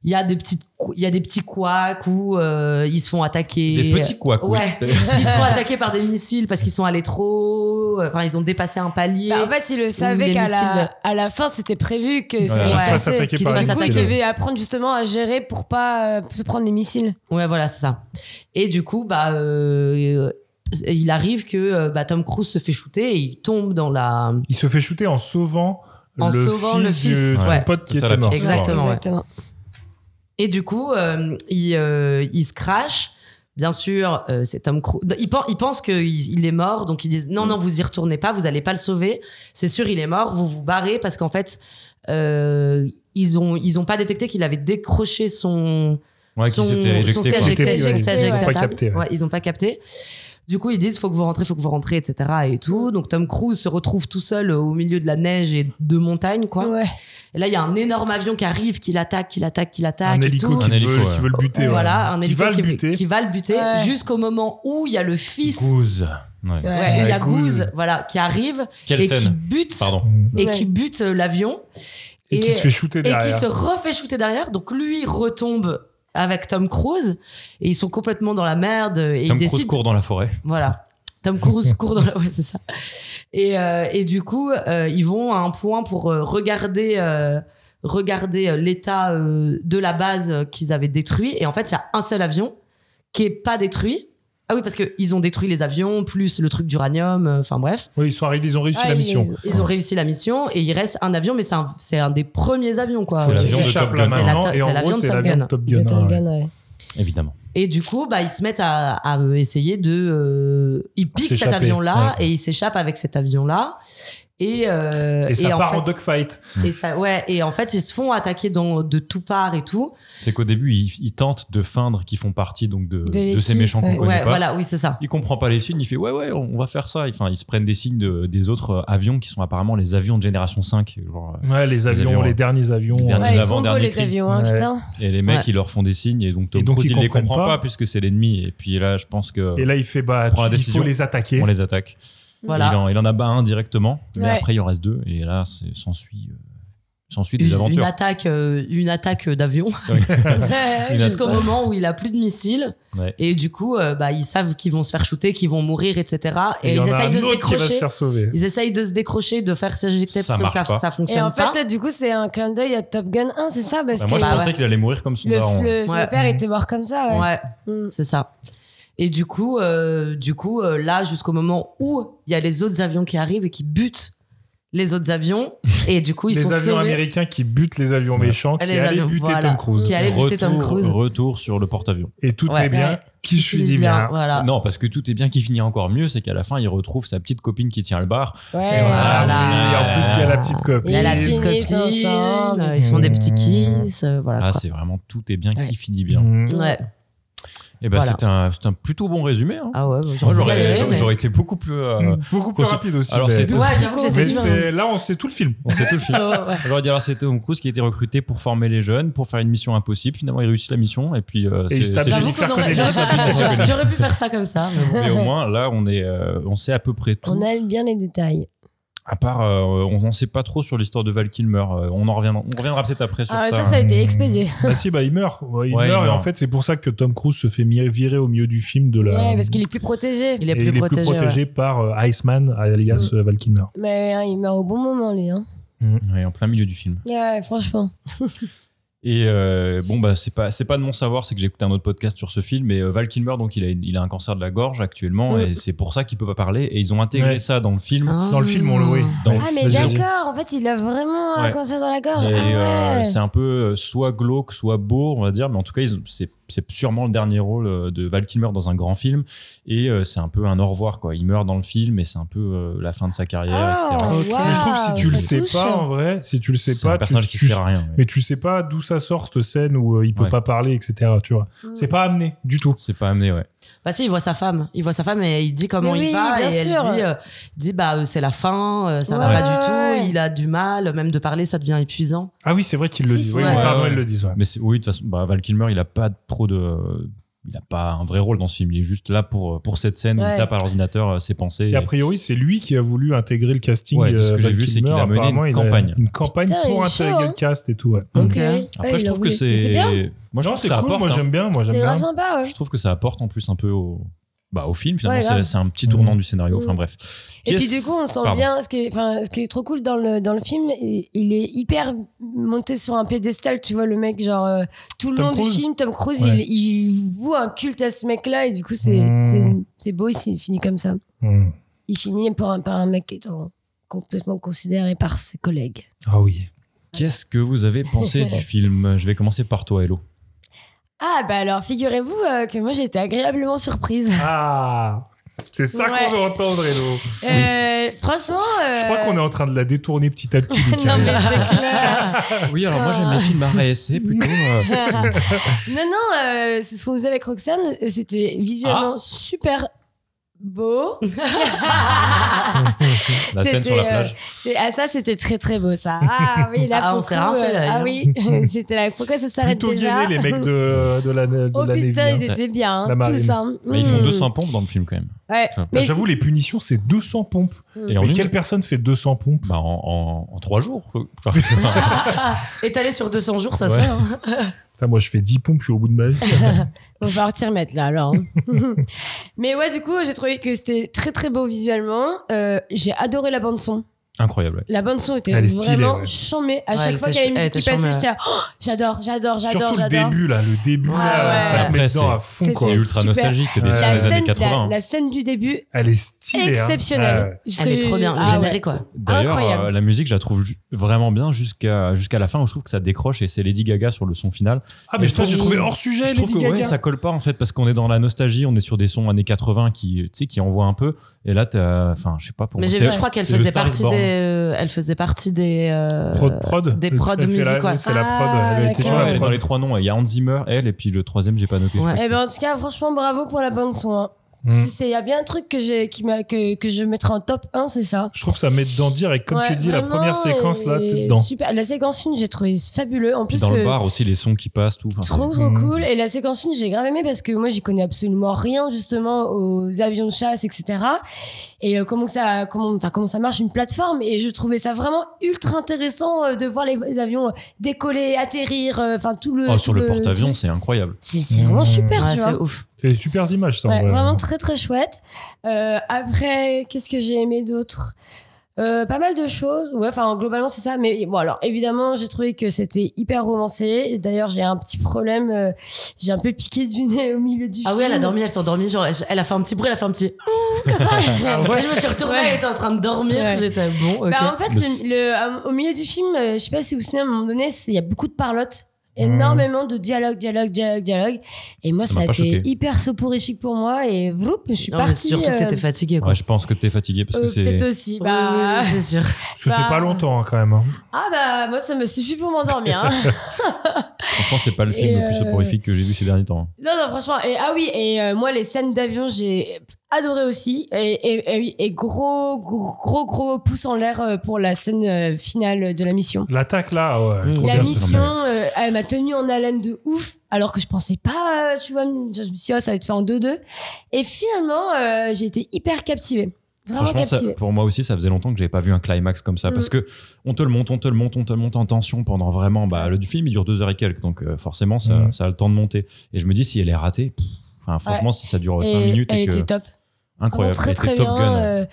S3: il y a des petites cou- il y a des petits couacs où euh, ils se font attaquer.
S1: Des petits couacs, oui.
S3: Ouais. ils se font attaquer par des missiles parce qu'ils sont allés trop. Enfin, ils ont dépassé un palier.
S4: Bah, en fait, il le savait
S3: les
S4: qu'à
S3: missiles-
S4: la, à la fin, c'était prévu que
S3: Ouais,
S4: c'était
S3: qu'ils se fassent
S4: passé.
S3: attaquer
S4: Du
S3: par les
S4: coup, il
S3: missiles.
S4: devait apprendre justement à gérer pour pas euh, se prendre des missiles.
S3: Ouais, voilà, c'est ça. Et du coup, bah, euh, il arrive que euh, bah, Tom Cruise se fait shooter et il tombe dans la.
S2: Il se fait shooter en sauvant,
S3: En
S2: le,
S3: sauvant
S2: fils
S3: le fils.
S2: du, du
S3: Ouais.
S2: pote qui
S3: C'est ça,
S2: était
S3: la
S2: mort.
S3: petite Exactement, histoire. ouais. Et du coup, euh, il, euh, il se crache. Bien sûr, euh, c'est Tom Cruise. Il, pen- il pense qu'il il est mort, donc ils disent non, non, vous y retournez pas, vous n'allez pas le sauver. C'est sûr, il est mort, vous vous barrez parce qu'en fait, euh, ils ont ils ont pas détecté qu'il avait décroché son
S1: Ouais, qu'il
S3: son,
S1: s'était éjecté,
S3: son
S1: quoi.
S3: siège
S1: Il s'était
S3: éjectable.
S1: éjecté,
S3: son siège
S1: ouais. Ils ont pas
S3: éjectable.
S1: capté, ouais.
S3: Ouais, ils ont pas capté. Du coup, ils disent faut que vous rentrez, faut que vous rentrez, etc. Et tout. Donc Tom Cruise se retrouve tout seul au milieu de la neige et de montagnes, quoi. Et là, il y a un énorme avion qui arrive, qui l'attaque, qui l'attaque, qui l'attaque.
S2: Un
S3: et
S2: hélico
S3: tout.
S2: qui, veut, qui veut le buter. ouais.
S3: Voilà, un
S2: Qui
S3: hélico
S2: va le
S3: qui,
S2: buter.
S3: qui va le buter
S2: Ouais.
S3: jusqu'au moment où il y a le fils.
S1: Gouze.
S3: Ouais, où il y a Goose, voilà, qui arrive
S1: Quelle
S3: et
S1: scène
S3: qui bute
S1: Pardon.
S3: et
S1: Ouais.
S3: qui bute euh, l'avion
S2: Et qui se fait shooter
S3: et
S2: derrière.
S3: qui se refait shooter derrière. Donc lui retombe avec Tom Cruise et ils sont complètement dans la merde
S1: Tom
S3: et ils
S1: Cruise
S3: décident
S1: court dans la forêt.
S3: voilà. Tom Cruise court dans la... Ouais, c'est ça. Et, euh, et du coup, euh, ils vont à un point pour euh, regarder, euh, regarder euh, l'état euh, de la base euh, qu'ils avaient détruit. Et en fait, il y a un seul avion qui est pas détruit. Ah oui, parce qu'ils ont détruit les avions, plus le truc d'uranium, euh, enfin bref.
S2: Oui, ils sont arrivés, ils ont réussi la mission.
S3: Ils, ont réussi la mission et il reste un avion, mais c'est un, c'est un des premiers avions, quoi.
S2: C'est l'avion de Top Gun.
S3: C'est la to-
S2: Et en
S3: c'est
S2: gros,
S3: l'avion de
S2: c'est
S3: Top
S2: l'avion
S3: Gun.
S2: de Top Gun. hein, ouais.
S1: Évidemment.
S3: Et du coup, bah, ils se mettent à, à essayer de. euh, ils piquent cet
S2: S'échapper,
S3: avion-là
S2: ouais.
S3: et ils s'échappent avec cet avion-là. Et, euh,
S2: Et ça part
S3: fait-
S2: en dogfight.
S3: Et ça, ouais. Et en fait, ils se font attaquer dans, de tout parts et tout.
S1: C'est qu'au début, ils, ils tentent de feindre qu'ils font partie donc de, de, ces
S3: l'équipe,
S1: méchants qu'on
S3: ouais.
S1: connaît
S3: Ouais,
S1: pas.
S3: voilà, oui, c'est ça.
S1: Il comprend pas les signes, il fait ouais ouais, on va faire ça. Enfin, ils se prennent des signes de- des autres euh, avions qui sont apparemment les avions de génération 5. genre, euh,
S2: Ouais, les avions, les
S1: euh,
S2: derniers avions.
S1: les derniers
S2: Ouais, ils sont
S1: avant,
S2: beaux,
S1: derniers
S2: les
S1: cris.
S4: avions, hein, Ouais. putain.
S1: euh, Et les mecs,
S4: Ouais.
S1: ils leur font des signes et donc Tom
S2: Et donc,
S1: Cruise,
S2: ils
S1: il les
S2: comprennent
S1: comprend pas.
S2: pas.
S1: puisque c'est l'ennemi. Et puis là, je pense que
S2: Et là, il fait bah,
S1: prend la
S2: tu- il
S1: décision,
S2: faut les attaquer.
S1: On les attaque.
S2: Voilà.
S1: Il, en, il en a bas un directement, mais
S3: Ouais.
S1: après il en reste deux et là, c'est- s'ensuit euh, s'ensuit des
S3: Une- Une
S1: aventures.
S3: attaque, euh, une attaque d'avion.
S1: Oui. Une
S3: Jusqu'au
S1: attaque.
S3: moment où il a plus de missiles.
S1: Ouais.
S3: Et du coup, euh, bah, ils savent qu'ils vont se faire shooter, qu'ils vont mourir, etc. Et,
S2: Et il y
S3: ils
S2: en a
S3: essayent
S2: un
S3: de se
S2: autre qui va
S3: décrocher.
S2: se faire sauver.
S3: Ils essayent de se décrocher, de faire s'éjecter,
S1: Ça
S3: parce que
S1: marche pas.
S3: ça, ça fonctionne
S4: Et en
S3: pas.
S4: fait, euh, du coup, c'est un clin d'œil à Top Gun 1, c'est ça parce
S1: Bah, moi,
S4: que
S1: je pensais qu'il allait mourir comme son
S4: le,
S1: daron.
S4: le- son
S3: Ouais.
S4: père était mort comme ça, ouais. Mm.
S3: Ouais, c'est ça. Et du coup, euh, du coup euh, là, jusqu'au moment où il y a les autres avions qui arrivent et qui butent les autres avions, et du coup, ils
S2: les
S3: sont
S2: avions
S3: sauvés.
S2: américains qui butent les avions méchants,
S3: Et
S2: qui
S3: les
S2: allaient
S3: avions,
S2: buter
S3: voilà.
S2: Tom Cruise.
S3: Qui allaient buter Tom
S1: Retour-
S3: Cruise.
S1: Retour sur le porte-avions.
S2: Et tout
S3: Ouais.
S2: est bien.
S3: Ouais.
S2: Qui
S3: Qui
S2: suit
S3: finit
S2: bien.
S3: bien, voilà.
S1: Non, parce que tout est bien qui finit encore mieux, c'est qu'à la fin, il retrouve sa petite copine qui tient le bar.
S4: Ouais.
S1: Et
S2: Ah oui, et en plus, il y a la petite copine.
S3: Il y a la petite
S4: Ils
S3: copine,
S4: finissent ensemble.
S3: euh, ils se font des petits kisses, euh, voilà.
S1: Ah,
S3: quoi.
S1: c'est vraiment tout est bien
S3: Ouais.
S1: qui finit bien.
S2: Mm.
S3: Ouais.
S1: Et ben,
S3: Voilà.
S1: c'est un, c'est un plutôt bon résumé. hein.
S3: Ah ouais,
S1: Moi,
S3: galéré,
S1: j'aurais
S3: mais-
S1: j'aurais été beaucoup plus. euh,
S2: Beaucoup plus
S1: concis.
S2: rapide aussi.
S1: Alors,
S2: mais-
S1: c'est
S3: Ouais, j'avoue que c'était
S2: Mais
S3: dur. Oh,
S2: c'est- Là, on sait tout le film.
S1: On sait tout le film.
S3: Ouais, ouais, ouais.
S1: J'aurais dit alors c'est Tom Cruise qui a été recruté pour former les jeunes, pour faire une mission impossible. Finalement, il réussit la mission et puis euh,
S2: Et il se tape
S1: c'est
S2: J'avoue
S1: fini.
S2: qu'on
S3: aurait- j'aurais
S1: Copine.
S3: J'aurais pu faire ça comme ça. mais bon.
S1: Mais au moins là, on est, euh, on sait à peu près tout.
S4: On a bien les détails.
S1: À part, euh, on n'en sait pas trop sur l'histoire de Val Kilmer. Euh, on en reviendra, on reviendra peut-être après sur
S4: Ah,
S1: ça.
S4: ça, ça a été expédié.
S2: Bah si, bah il meurt. Ouais, il
S1: Ouais, il
S2: meurt et en
S1: meurt.
S2: fait c'est pour ça que Tom Cruise se fait mi- virer au milieu du film de la.
S4: Ouais, parce qu'il est plus protégé. Mm.
S3: Il est
S2: Et
S3: plus
S2: il
S3: protégé.
S2: est plus protégé par euh, Iceman alias euh, Val Kilmer.
S4: Mais hein, il meurt au bon moment, lui. Hein.
S1: Ouais, en plein milieu du film.
S4: Ouais, franchement.
S1: Et euh, bon, bah, c'est pas, c'est pas de mon savoir, c'est que j'ai écouté un autre podcast sur ce film. Et euh, Val Kilmer, donc, il a, il a un cancer de la gorge actuellement,
S4: Mm.
S1: et c'est pour ça qu'il peut pas parler. Et ils ont intégré
S2: Ouais.
S1: ça dans le film.
S3: Ah.
S2: Dans le film on le voit.
S1: Dans
S4: Ah, mais
S1: Vas-y, vas-y.
S4: d'accord, en fait, il a vraiment un
S1: Ouais.
S4: cancer dans la gorge.
S1: Et,
S4: Ah
S1: euh,
S4: ouais.
S1: c'est un peu euh, soit glauque, soit beau, on va dire, mais en tout cas, ils ont- c'est c'est sûrement le dernier rôle euh, de Val Kilmer dans un grand film. Et euh, c'est un peu un au revoir, quoi. Il meurt dans le film, et c'est un peu euh, la fin de sa carrière,
S4: Ah,
S1: etc.
S4: Ok.
S2: Mais je trouve que si
S4: Waouh,
S2: tu le
S4: ça
S2: sais
S4: touche.
S2: pas en vrai, si tu le sais
S1: C'est un
S2: pas, tu,
S1: personnage qui
S2: tu-
S1: sert à rien. ouais.
S2: mais tu sais pas d'où ça sort cette scène où euh, il peut
S1: Ouais.
S2: pas parler, etc. Tu vois,
S4: Mm.
S2: c'est pas amené du tout.
S1: C'est pas amené, ouais.
S3: Bah si, il voit sa femme. Il voit sa femme et il dit comment
S4: Mais
S3: il
S4: oui,
S3: va.
S4: bien
S3: Et elle
S4: sûr.
S3: dit, euh, il dit bah euh, c'est la fin, euh, ça va
S4: Ouais.
S3: pas du tout,
S4: Ouais.
S3: il a du mal, même de parler, ça devient épuisant.
S2: Ah oui, c'est vrai qu'ils le
S4: Si,
S2: disent.
S4: si,
S2: Oui,
S3: ouais.
S2: pardon,
S1: Ouais,
S2: ils
S1: ouais.
S2: le disent. ouais.
S1: Mais c'est- oui, de toute façon, bah, Val Kilmer, il a pas trop de. Il a pas un vrai rôle dans ce film. Il est juste là pour, euh, pour cette scène où
S4: Ouais.
S1: il tape à l'ordinateur euh, ses pensées.
S2: Et a priori, c'est lui qui a voulu intégrer le casting.
S1: Ouais, de ce
S2: euh,
S1: que
S2: Val
S1: j'ai vu, c'est
S2: Kilmer.
S1: qu'il a mené une
S2: Apparemment, il a
S1: campagne.
S2: Une campagne
S4: Putain,
S2: pour
S4: il est chaud,
S2: intégrer
S4: hein.
S2: le cast et tout. Ouais.
S4: Ok.
S3: Ok.
S4: Ouais,
S1: Après,
S4: il
S1: je
S4: a voulu.
S1: trouve que
S4: Mais
S1: c'est.
S4: bien.
S1: Moi, je
S2: non,
S1: trouve que
S2: c'est
S1: ça
S2: cool.
S1: apporte.
S2: Moi,
S1: hein.
S2: j'aime bien. Moi, j'aime
S4: C'est
S2: bien.
S4: grave sympa, ouais.
S1: je trouve que ça apporte en plus un peu au, bah, au film finalement
S4: Ouais,
S1: c'est,
S4: grave.
S1: c'est un petit
S2: Mhm.
S1: tournant du scénario enfin
S4: Mhm.
S1: bref
S4: Et
S1: Qu'est-ce-
S4: puis du coup, on sent
S1: Pardon.
S4: bien ce qui est, enfin, ce qui est trop cool dans le dans le film. et- Il est hyper monté sur un pédestal, tu vois le mec, genre euh, tout le
S2: Tom
S4: long
S2: Cruise
S4: du film, Tom Cruise,
S2: Ouais.
S4: il, il voue un culte à ce mec-là et du coup, c'est
S1: Hmm.
S2: Mmh.
S4: c'est- c'est beau. Il finit comme ça.
S2: Mm.
S4: Il finit par un par un mec étant complètement considéré par ses collègues.
S2: Ah oui.
S1: qu'est-ce que vous avez pensé du film je vais commencer par toi Hello
S4: Ah bah alors figurez-vous euh, que moi j'ai été agréablement surprise.
S2: Ah, c'est ça
S4: Ouais.
S2: qu'on veut entendre, Hello.
S4: Euh, franchement, euh,
S2: Je crois qu'on est en train de la détourner petit à petit. Lucas.
S4: non mais c'est clair.
S1: Ah oui alors
S4: moi, j'aime les
S1: films à réessayer plutôt euh,
S4: non non, euh, c'est ce qu'on faisait avec Roxane. euh, C'était visuellement
S2: Ah.
S4: super beau.
S1: la scène sur la
S4: C'était, euh,
S1: plage
S4: C'est- ah ça c'était très très beau ça. Ah oui là
S3: Ah,
S4: pour
S3: on
S4: le
S3: s'est
S4: coup,
S3: rincé, là,
S4: euh, Ah
S3: hein.
S4: oui, j'étais là. Pourquoi ça s'arrête
S2: Plutôt
S4: déjà
S2: gainés, les mecs de, de la, de
S4: Oh
S2: la Navy,
S4: putain
S2: hein.
S4: ils étaient bien hein,
S2: La marine.
S4: tous. Hein.
S1: Mais ils font
S4: Mmh.
S1: 200 pompes dans le film quand même
S4: Ouais.
S1: Ah,
S2: Bah,
S4: Mais-
S2: J'avoue, les punitions, c'est 200 pompes.
S1: et en,
S2: mais
S1: une-
S2: quelle personne fait 200 pompes
S1: bah, en, en- en trois jours quoi.
S3: Étalé sur 200 jours, ça se
S1: Ouais.
S3: fait. hein.
S2: Putain, Moi, je fais 10 pompes, je suis au bout de ma vie.
S4: On va partir mettre là alors. hein. Mais ouais, du coup, j'ai trouvé que c'était très très beau visuellement. Euh, j'ai adoré la bande son.
S1: incroyable ouais.
S4: La bande son était
S2: Elle est stylée,
S4: vraiment
S2: ouais.
S4: chambée. À
S3: Ouais,
S4: chaque
S3: elle
S4: fois
S3: était
S4: qu'il y avait une musique
S3: ch- elle
S4: qui
S3: était
S4: passait,
S3: chambée,
S4: j'étais là, Oh, j'adore, j'adore, j'adore,
S2: Surtout le
S4: j'adore.
S2: début, là. Le début,
S3: Ouais,
S2: là, ça
S1: ouais.
S2: te met
S1: Après,
S2: dedans à
S4: c'est
S2: fond, quoi.
S1: c'est
S4: c'est
S1: ultra
S4: super.
S1: nostalgique c'est des
S2: Ouais.
S1: sons
S4: La
S1: des années
S4: scène, la,
S1: 80 hein.
S4: la scène du début,
S2: Elle est stylée. hein. Ouais, ouais.
S4: exceptionnelle.
S3: Elle est trop bien, le
S4: Ah ouais.
S3: générique, quoi.
S1: D'ailleurs,
S4: Incroyable.
S1: euh, la musique, je la trouve ju- vraiment bien jusqu'à jusqu'à la fin où je trouve que ça décroche et c'est Lady Gaga sur le son final.
S2: Ah, mais
S1: je
S2: ça,
S1: trouve-
S2: j'ai trouvé hors sujet,
S1: Je trouve
S2: Lady
S1: que ouais,
S2: Gaga.
S1: ça colle pas en fait parce qu'on est dans la nostalgie, on est sur des sons années 80 qui euh, tu sais qui envoient un peu et là t'as enfin je sais pas pour
S3: Mais
S1: moi,
S3: j'ai
S1: c'est-
S3: vu, je crois qu'elle
S1: c'est le
S3: faisait
S1: Star is
S3: partie des,
S1: Born.
S3: euh, elle faisait partie des. euh,
S2: Prod, prod.
S3: des prods
S2: Elle fait la-
S3: musique, ouais.
S2: C'est la prod.
S4: Ah,
S2: Elle a été
S1: Ouais,
S2: sur
S4: d'accord.
S2: la
S1: elle est dans
S2: prod.
S1: les trois noms, il y a Hans Zimmer, elle et puis le troisième j'ai pas noté. je
S3: Ouais.
S1: crois que
S4: Eh
S1: c'est-
S4: ben, en tout cas, franchement, bravo pour la bande son. hein.
S2: Mm.
S4: Si c'est- Il y a bien un truc que, j'ai- qui m'a- que, que je mettrai en top 1, c'est ça.
S2: Je trouve que ça met dedans direct. Comme tu
S4: Ouais,
S2: dis, la
S4: vraiment,
S2: première séquence, là,
S4: et
S2: t'es dedans.
S4: Super. La séquence 1, j'ai trouvé fabuleux. En
S1: Puis
S4: plus,
S1: dans
S4: que
S1: le bar aussi les sons qui passent tout. enfin,
S4: Trop
S1: c'est-
S4: trop
S2: Mhm.
S4: cool et la séquence 1 j'ai grave aimé parce que moi j'y connais absolument rien justement aux avions de chasse etc et euh, comment que ça comment enfin comment ça marche une plateforme et je trouvais ça vraiment ultra intéressant euh, de voir les, les avions décoller atterrir euh, enfin tout le
S1: Oh, sur
S4: tout
S1: le porte-avions, Mmh.
S4: truc.
S1: c'est incroyable.
S4: c'est c'est vraiment
S2: Mhm.
S4: super
S3: Ouais,
S4: tu
S3: c'est
S4: vois
S3: ouf.
S2: C'est des super images, ça. en
S4: Ouais,
S2: vrai.
S4: vraiment très très chouette Euh, après qu'est-ce que j'ai aimé d'autre Euh, pas mal de choses ouais enfin globalement c'est ça mais bon alors évidemment j'ai trouvé que c'était hyper romancé d'ailleurs j'ai un petit problème euh, j'ai un peu piqué du nez au milieu du
S3: Ah
S4: film
S3: oui, elle a dormi, elle s'est endormie. Genre, elle- elle a fait un petit bruit, elle a fait un petit.
S4: Ah ouais.
S3: Je me suis retournée, elle était en train de dormir.
S4: Ouais.
S3: J'étais bon, ok.
S4: Bah, en fait
S1: Mais c'est-
S4: le, le- euh, au milieu du film euh, je sais pas si vous vous souvenez à un moment donné c'est- il y a beaucoup de parlotte énormément de dialogue dialogue dialogue dialogue et moi
S1: Hmm. Ça
S4: ça a été
S1: m'a pas choqué.
S4: hyper soporifique pour moi et vroup je suis
S3: Non, mais
S4: partie
S3: surtout que
S4: euh,
S3: t'étais fatiguée, quoi.
S1: Ouais, je pense que t'es fatigué parce que
S4: euh,
S1: c'est
S4: peut-être aussi
S3: Oui,
S4: bah
S3: oui, oui, c'est sûr.
S2: Parce que c'est
S4: Bah.
S2: pas longtemps, hein, quand même. hein.
S4: Ah bah moi ça me suffit pour m'endormir. hein.
S1: franchement c'est pas le film
S4: Et
S1: le plus
S4: euh,
S1: soporifique que j'ai vu ces derniers temps. hein.
S4: non non franchement et ah oui et euh, moi les scènes d'avion j'ai adoré aussi et, et, et- et gros gros gros gros pouce en l'air euh, pour la scène euh, finale de la mission.
S2: L'attaque, là, ouais.
S3: Mm.
S2: trop
S4: La
S2: bien.
S4: mission, euh, elle m'a tenue en haleine de ouf, alors que je pensais pas, euh, tu vois, je me suis dit, oh, ça va être fait en 2-2. Et finalement, euh, j'ai été hyper captivée. Vraiment
S1: Franchement, ça-
S4: captivé.
S1: pour moi aussi, ça faisait longtemps que j'avais pas vu un climax comme ça.
S4: Mm.
S1: Parce que on te le monte, on te le monte, on te le monte en tension pendant vraiment. Bah, le du film, il dure deux heures et quelques. Donc, euh, forcément, ça,
S2: Mm.
S1: ça a le temps de monter. Et je me dis, si elle est ratée, pff, enfin, franchement,
S4: Ouais.
S1: si ça dure
S4: Et
S1: cinq minutes.
S4: Elle
S1: et que...
S4: était top. Vraiment
S1: Incroyable.
S4: très
S1: elle
S4: très
S1: était top
S4: bien.
S1: gun.
S4: euh,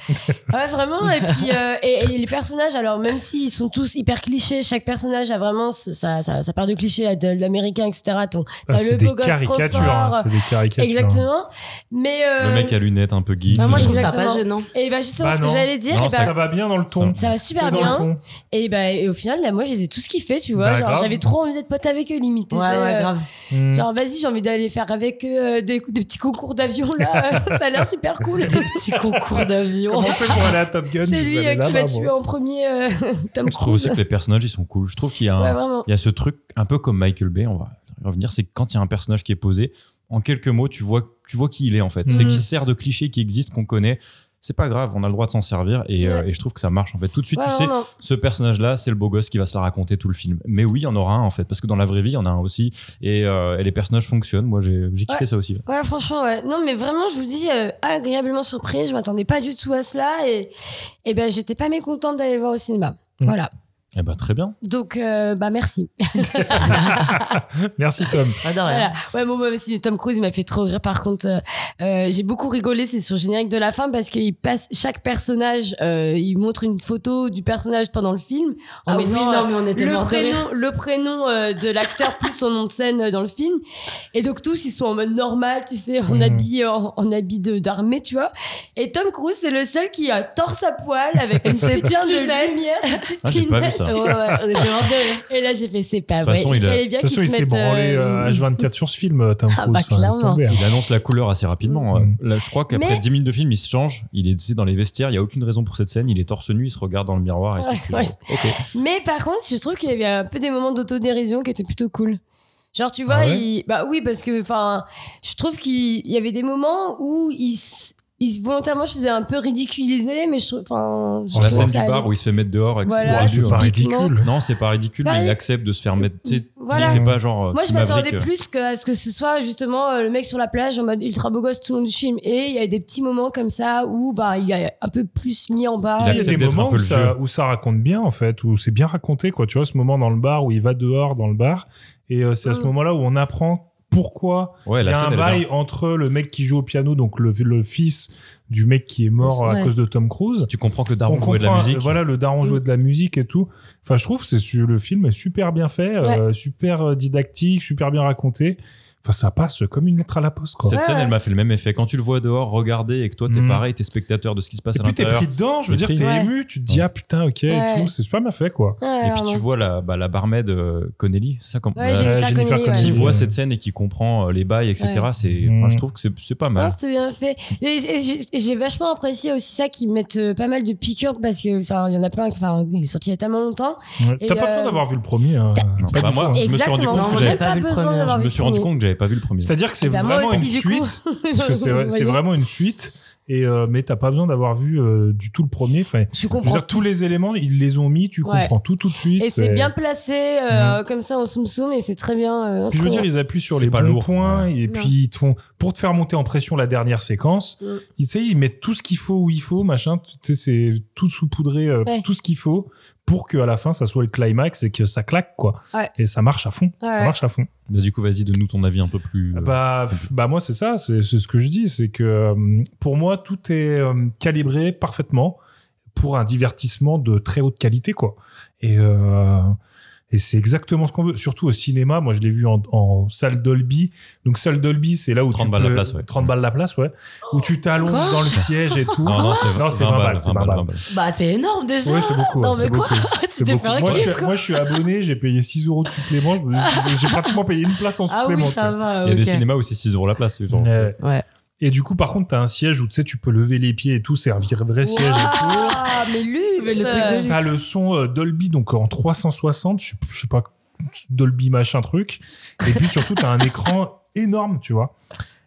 S4: Ouais, vraiment. Et puis, euh, et, et les personnages, alors même s'ils sont tous hyper clichés, chaque personnage a vraiment ce- sa, sa, sa part de cliché, là, de, de l'américain, etc. Ton-
S2: Ah,
S4: T'as
S2: c'est
S4: le
S2: des
S4: beau gosse trop
S2: caricatures, hein,
S4: fort.
S2: c'est des caricatures.
S4: Exactement. Mais. euh,
S1: Le mec à lunettes un peu geek. euh,
S3: Bah, moi, je trouve ça
S4: exactement.
S3: pas gênant.
S4: Et bah, justement,
S2: Bah
S4: ce que
S2: non.
S4: j'allais dire,
S1: Non,
S4: et bah,
S1: ça
S2: Ça va bien dans le ton.
S4: ça va super
S2: C'est dans le
S4: bien.
S2: ton.
S4: Et, bah, et au final, là, moi, je les ai tous kiffés, tu vois.
S2: Bah,
S4: genre,
S2: grave.
S4: j'avais trop envie d'être pote avec eux, limite. tu
S3: Ouais, ouais,
S4: sais, euh,
S3: grave.
S2: Mm.
S4: Genre, vas-y, j'ai envie d'aller faire avec eux euh, des, des petits concours d'avion, là. ça a l'air super cool.
S3: Des petits concours d'avion.
S2: Comment on fait pour aller à Top Gun
S4: C'est
S2: Je
S4: lui
S2: vais aller
S4: euh, qui
S2: là-bas,
S4: va tuer
S2: moi.
S4: en premier euh, Tom
S1: Je trouve aussi
S4: Cruise.
S1: que les personnages, ils sont cool. Je trouve qu'il y a un.
S4: Ouais, vraiment.
S1: Il y a ce truc un peu comme Michael Bay, on va y revenir, c'est que quand il y a un personnage qui est posé, en quelques mots, tu vois, tu vois qui il est en fait. C'est
S2: Mhm.
S1: qui sert de clichés qui existent, qu'on connaît. C'est pas grave, on a le droit de s'en servir et, euh, et je trouve que ça marche en fait. Tout de suite,
S4: Ouais,
S1: tu sais,
S4: vraiment.
S1: ce personnage-là, c'est le beau gosse qui va se la raconter tout le film. Mais oui, il y en aura un en fait, parce que dans la vraie vie, il y en a un aussi et, euh, et les personnages fonctionnent. Moi, j'ai j'ai kiffé
S4: Ouais.
S1: ça aussi.
S4: Ouais, franchement, ouais. Non, mais vraiment, je vous dis, euh, agréablement surprise. Je m'attendais pas du tout à cela. Et, et ben, j'étais pas mécontente d'aller le voir au cinéma.
S2: Mm.
S4: Voilà.
S1: Et bah, très bien.
S4: Donc, euh, bah, merci.
S2: Merci Tom.
S3: J'adore.
S4: Voilà. Ouais, moi, moi aussi, Tom Cruise, il m'a fait trop rire. Par contre, euh, euh, j'ai beaucoup rigolé. C'est sur le générique de la fin parce qu'il passe chaque personnage. euh, il montre une photo du personnage pendant le film. En
S3: Ah oui,
S4: mettant,
S3: non, mais on
S4: euh,
S3: était
S4: le
S3: morts de
S4: prénom, le prénom euh, de l'acteur plus son nom de scène euh, dans le film. Et donc, tous, ils sont en mode normal, tu sais, en
S1: Mmh.
S2: Mhm.
S4: habit, euh, en, en habit de- d'armée, tu vois. Et Tom Cruise, c'est le seul qui a torse à poil avec une
S3: Ses
S4: putain de
S3: petites lunettes.
S4: lumière, ses petites
S1: Ah, j'ai pas vu
S4: lunettes.
S1: ça.
S4: Ouais, ouais, on était morts de rire. Et là, j'ai fait, c'est pas
S1: De toute
S4: vrai.
S1: façon, il a-
S4: fallait bien
S2: De toute façon,
S4: qu'ils
S2: il
S4: se
S2: s'est
S4: mettent,
S2: branlé
S4: euh,
S2: euh, H24 sur ce film, Tom
S4: Ah,
S2: Cruise.
S4: bah,
S2: enfin, laisse
S4: clairement.
S2: tomber. hein.
S1: Il annonce la couleur assez rapidement. euh.
S2: Mhm.
S1: Là, je crois qu'après
S4: Mais-
S1: 10 minutes de film, il se change. Il est c'est dans les vestiaires. Il y a aucune raison pour cette scène. Il est torse nu. Il se regarde dans le miroir. Et
S4: Ouais,
S1: tout,
S4: ouais.
S1: Ok.
S4: Mais par contre, je trouve qu'il y avait un peu des moments d'autodérision qui étaient plutôt cool. Genre, tu vois,
S2: Ah ouais
S4: il... bah oui, parce que, enfin, je trouve qu'il y avait des moments où il se, il se- volontairement se faisait un peu ridiculiser, mais je trouve, enfin, je
S1: la
S4: trouve
S1: scène
S4: que
S1: du
S4: ça
S1: bar
S4: allait.
S1: où il se fait mettre dehors avec
S4: Voilà,
S1: ses
S2: Ouais,
S1: bras
S2: c'est pas
S1: nus.
S4: typiquement.
S2: ridicule.
S1: Non, c'est pas
S4: C'est
S1: ridicule,
S4: pas
S1: mais il
S4: ri-
S1: accepte de se faire mettre. tu sais,
S4: Voilà.
S1: Il fait pas genre. euh,
S4: Moi, je
S1: Tim
S4: m'attendais
S1: Maverick.
S4: plus que- à ce que ce soit justement euh, le mec sur la plage en mode ultra beau gosse tout le long du film. Et il y a des petits moments comme ça où bah, il a un peu plus mis en bas.
S1: Il
S2: Il y a
S1: accepte
S2: des
S1: d'être
S2: moments
S1: un peu
S2: où
S1: le
S2: ça,
S1: vieux.
S2: où ça raconte bien, en fait, où c'est bien raconté, quoi. Tu vois, ce moment dans le bar où il va dehors dans le bar, et euh, c'est à ce
S4: Mm.
S2: moment-là où on apprend pourquoi
S1: Ouais,
S2: il y
S1: la
S2: a
S1: scène,
S2: un
S1: elle est
S2: bail
S1: bien.
S2: entre le mec qui joue au piano, donc le, le fils du mec qui est mort à
S4: Ouais. Mm.
S2: cause de Tom Cruise.
S1: Tu comprends que le daron
S2: On
S1: jouait de la
S2: comprend,
S1: musique.
S2: euh, Voilà, le daron jouait de la musique et tout. Enfin, je trouve que c'est su- le film est super bien fait, euh, super euh, didactique, super bien raconté. Enfin, ça passe comme une lettre à la poste, quoi.
S1: Cette
S4: Ouais,
S1: scène,
S4: ouais.
S1: elle m'a fait le même effet. Quand tu le vois dehors regarder et que toi, t'es
S2: Mm.
S1: pareil, t'es spectateur de ce qui se passe
S2: Et
S1: à
S2: puis t'es
S1: l'intérieur.
S2: pris dedans, je veux
S1: T'es
S2: dire, t'es
S1: pris.
S2: ému, tu te dis
S1: Ouais.
S2: ah putain, ok, et
S4: Ouais.
S2: tout, c'est super bien fait, quoi.
S4: Ouais,
S1: Et puis tu
S4: vraiment.
S1: vois la, bah, la barmaid euh, Connelly, c'est ça qu'on
S4: Ouais, j'ai- Jennifer Connelly,
S1: qui
S4: ouais.
S1: voit cette scène et qui comprend euh, les bails, etc.
S4: Ouais.
S1: C'est,
S2: Mm.
S1: enfin, je trouve que c'est c'est pas
S4: Non,
S1: mal.
S4: Ah, c'était bien fait. Et j'ai- j'ai- J'ai vachement apprécié aussi ça qu'ils mettent euh, pas mal de piqûres parce que enfin il y en a plein. Enfin, il est sorti il y a tellement longtemps.
S2: Ouais.
S4: Et
S2: T'as pas
S4: euh,
S2: besoin d'avoir vu le premier. hein.
S1: Non,
S2: Pas
S1: bah,
S2: du
S1: moi,
S2: tout, hein.
S1: je me suis rendu
S4: Exactement.
S1: compte que
S4: Moi,
S1: j'avais
S4: j'avais
S3: pas
S4: pas
S3: vu le
S4: besoin
S3: premier.
S4: d'avoir vu
S1: Je me
S4: le
S1: suis rendu
S4: premier.
S1: compte que j'avais pas vu le premier.
S2: C'est-à-dire que c'est
S4: Eh ben, moi
S2: vraiment une
S4: aussi, du coup.
S2: suite. Parce que c'est
S4: Vous
S2: c'est
S4: voyez
S2: vraiment une suite. Et euh, mais t'as pas besoin d'avoir vu euh, du tout le premier. Enfin,
S4: Tu
S2: je veux
S4: comprends.
S2: dire, tous les éléments, ils les ont mis. Tu
S4: Ouais.
S2: comprends tout tout de suite.
S4: Et c'est bien placé euh, comme ça en soum soum et c'est très bien. euh,
S2: Puis je
S4: très
S2: veux dire,
S4: bien.
S2: ils appuient sur
S1: C'est
S2: les
S1: pas
S2: bons
S1: lourd,
S2: points et
S4: Non.
S2: puis ils te font pour te faire monter en pression la dernière séquence.
S4: Mm.
S2: Ils, tu sais, ils mettent tout ce qu'il faut où il faut, machin. Tu sais, c'est tout saupoudré, euh,
S4: Ouais.
S2: tout ce qu'il faut pour que à la fin ça soit le climax et que ça claque quoi.
S4: Ouais.
S2: Et ça marche à fond. Ça
S4: Ouais.
S2: marche à fond.
S1: Bah, Du coup, vas-y, donne-nous ton avis un peu plus. euh,
S2: Bah, f- bah moi c'est ça, c'est c'est ce que je dis, c'est que euh, pour moi tout est euh, calibré parfaitement pour un divertissement de très haute qualité quoi. Et euh, et c'est exactement ce qu'on veut, surtout au cinéma. Moi je l'ai vu en, en salle Dolby, donc salle Dolby c'est là où
S1: 30
S2: tu
S1: balles la
S2: peux-
S1: place, ouais.
S2: 30 balles la place ouais, où tu t'allonges
S3: Quoi
S2: dans le siège et tout.
S1: Non, non, c'est
S2: Non,
S1: 20,
S2: c'est
S1: 20
S2: 20
S1: balles.
S2: balles,
S1: 20 balles,
S2: 20
S1: 20 balles.
S3: Bah, c'est énorme déjà.
S2: Ouais, c'est beaucoup. ouais,
S3: Non,
S2: c'est
S3: mais quoi
S2: beaucoup.
S3: Tu t'es
S2: beaucoup.
S3: fait un
S2: moi, je,
S3: kiff,
S2: suis- moi, je suis abonné, j'ai payé 6 euros de supplément, je me- j'ai pratiquement payé une place en
S3: Ah
S2: supplément.
S3: oui,
S2: tu sais.
S3: ça va.
S1: Il y a des
S3: ok.
S1: cinémas où c'est 6 euros la place. c'est genre-
S2: Ouais.
S3: Ouais.
S2: euh, Et du coup, par contre, t'as un siège où tu sais, tu peux lever les pieds et tout, c'est un vrai vrai siège et tout.
S4: Ah mais luxe.
S3: Mais le truc de luxe.
S2: T'as le son euh, Dolby, donc en 360, je sais- je sais pas, Dolby machin truc. Et puis surtout, t'as un écran énorme, tu vois.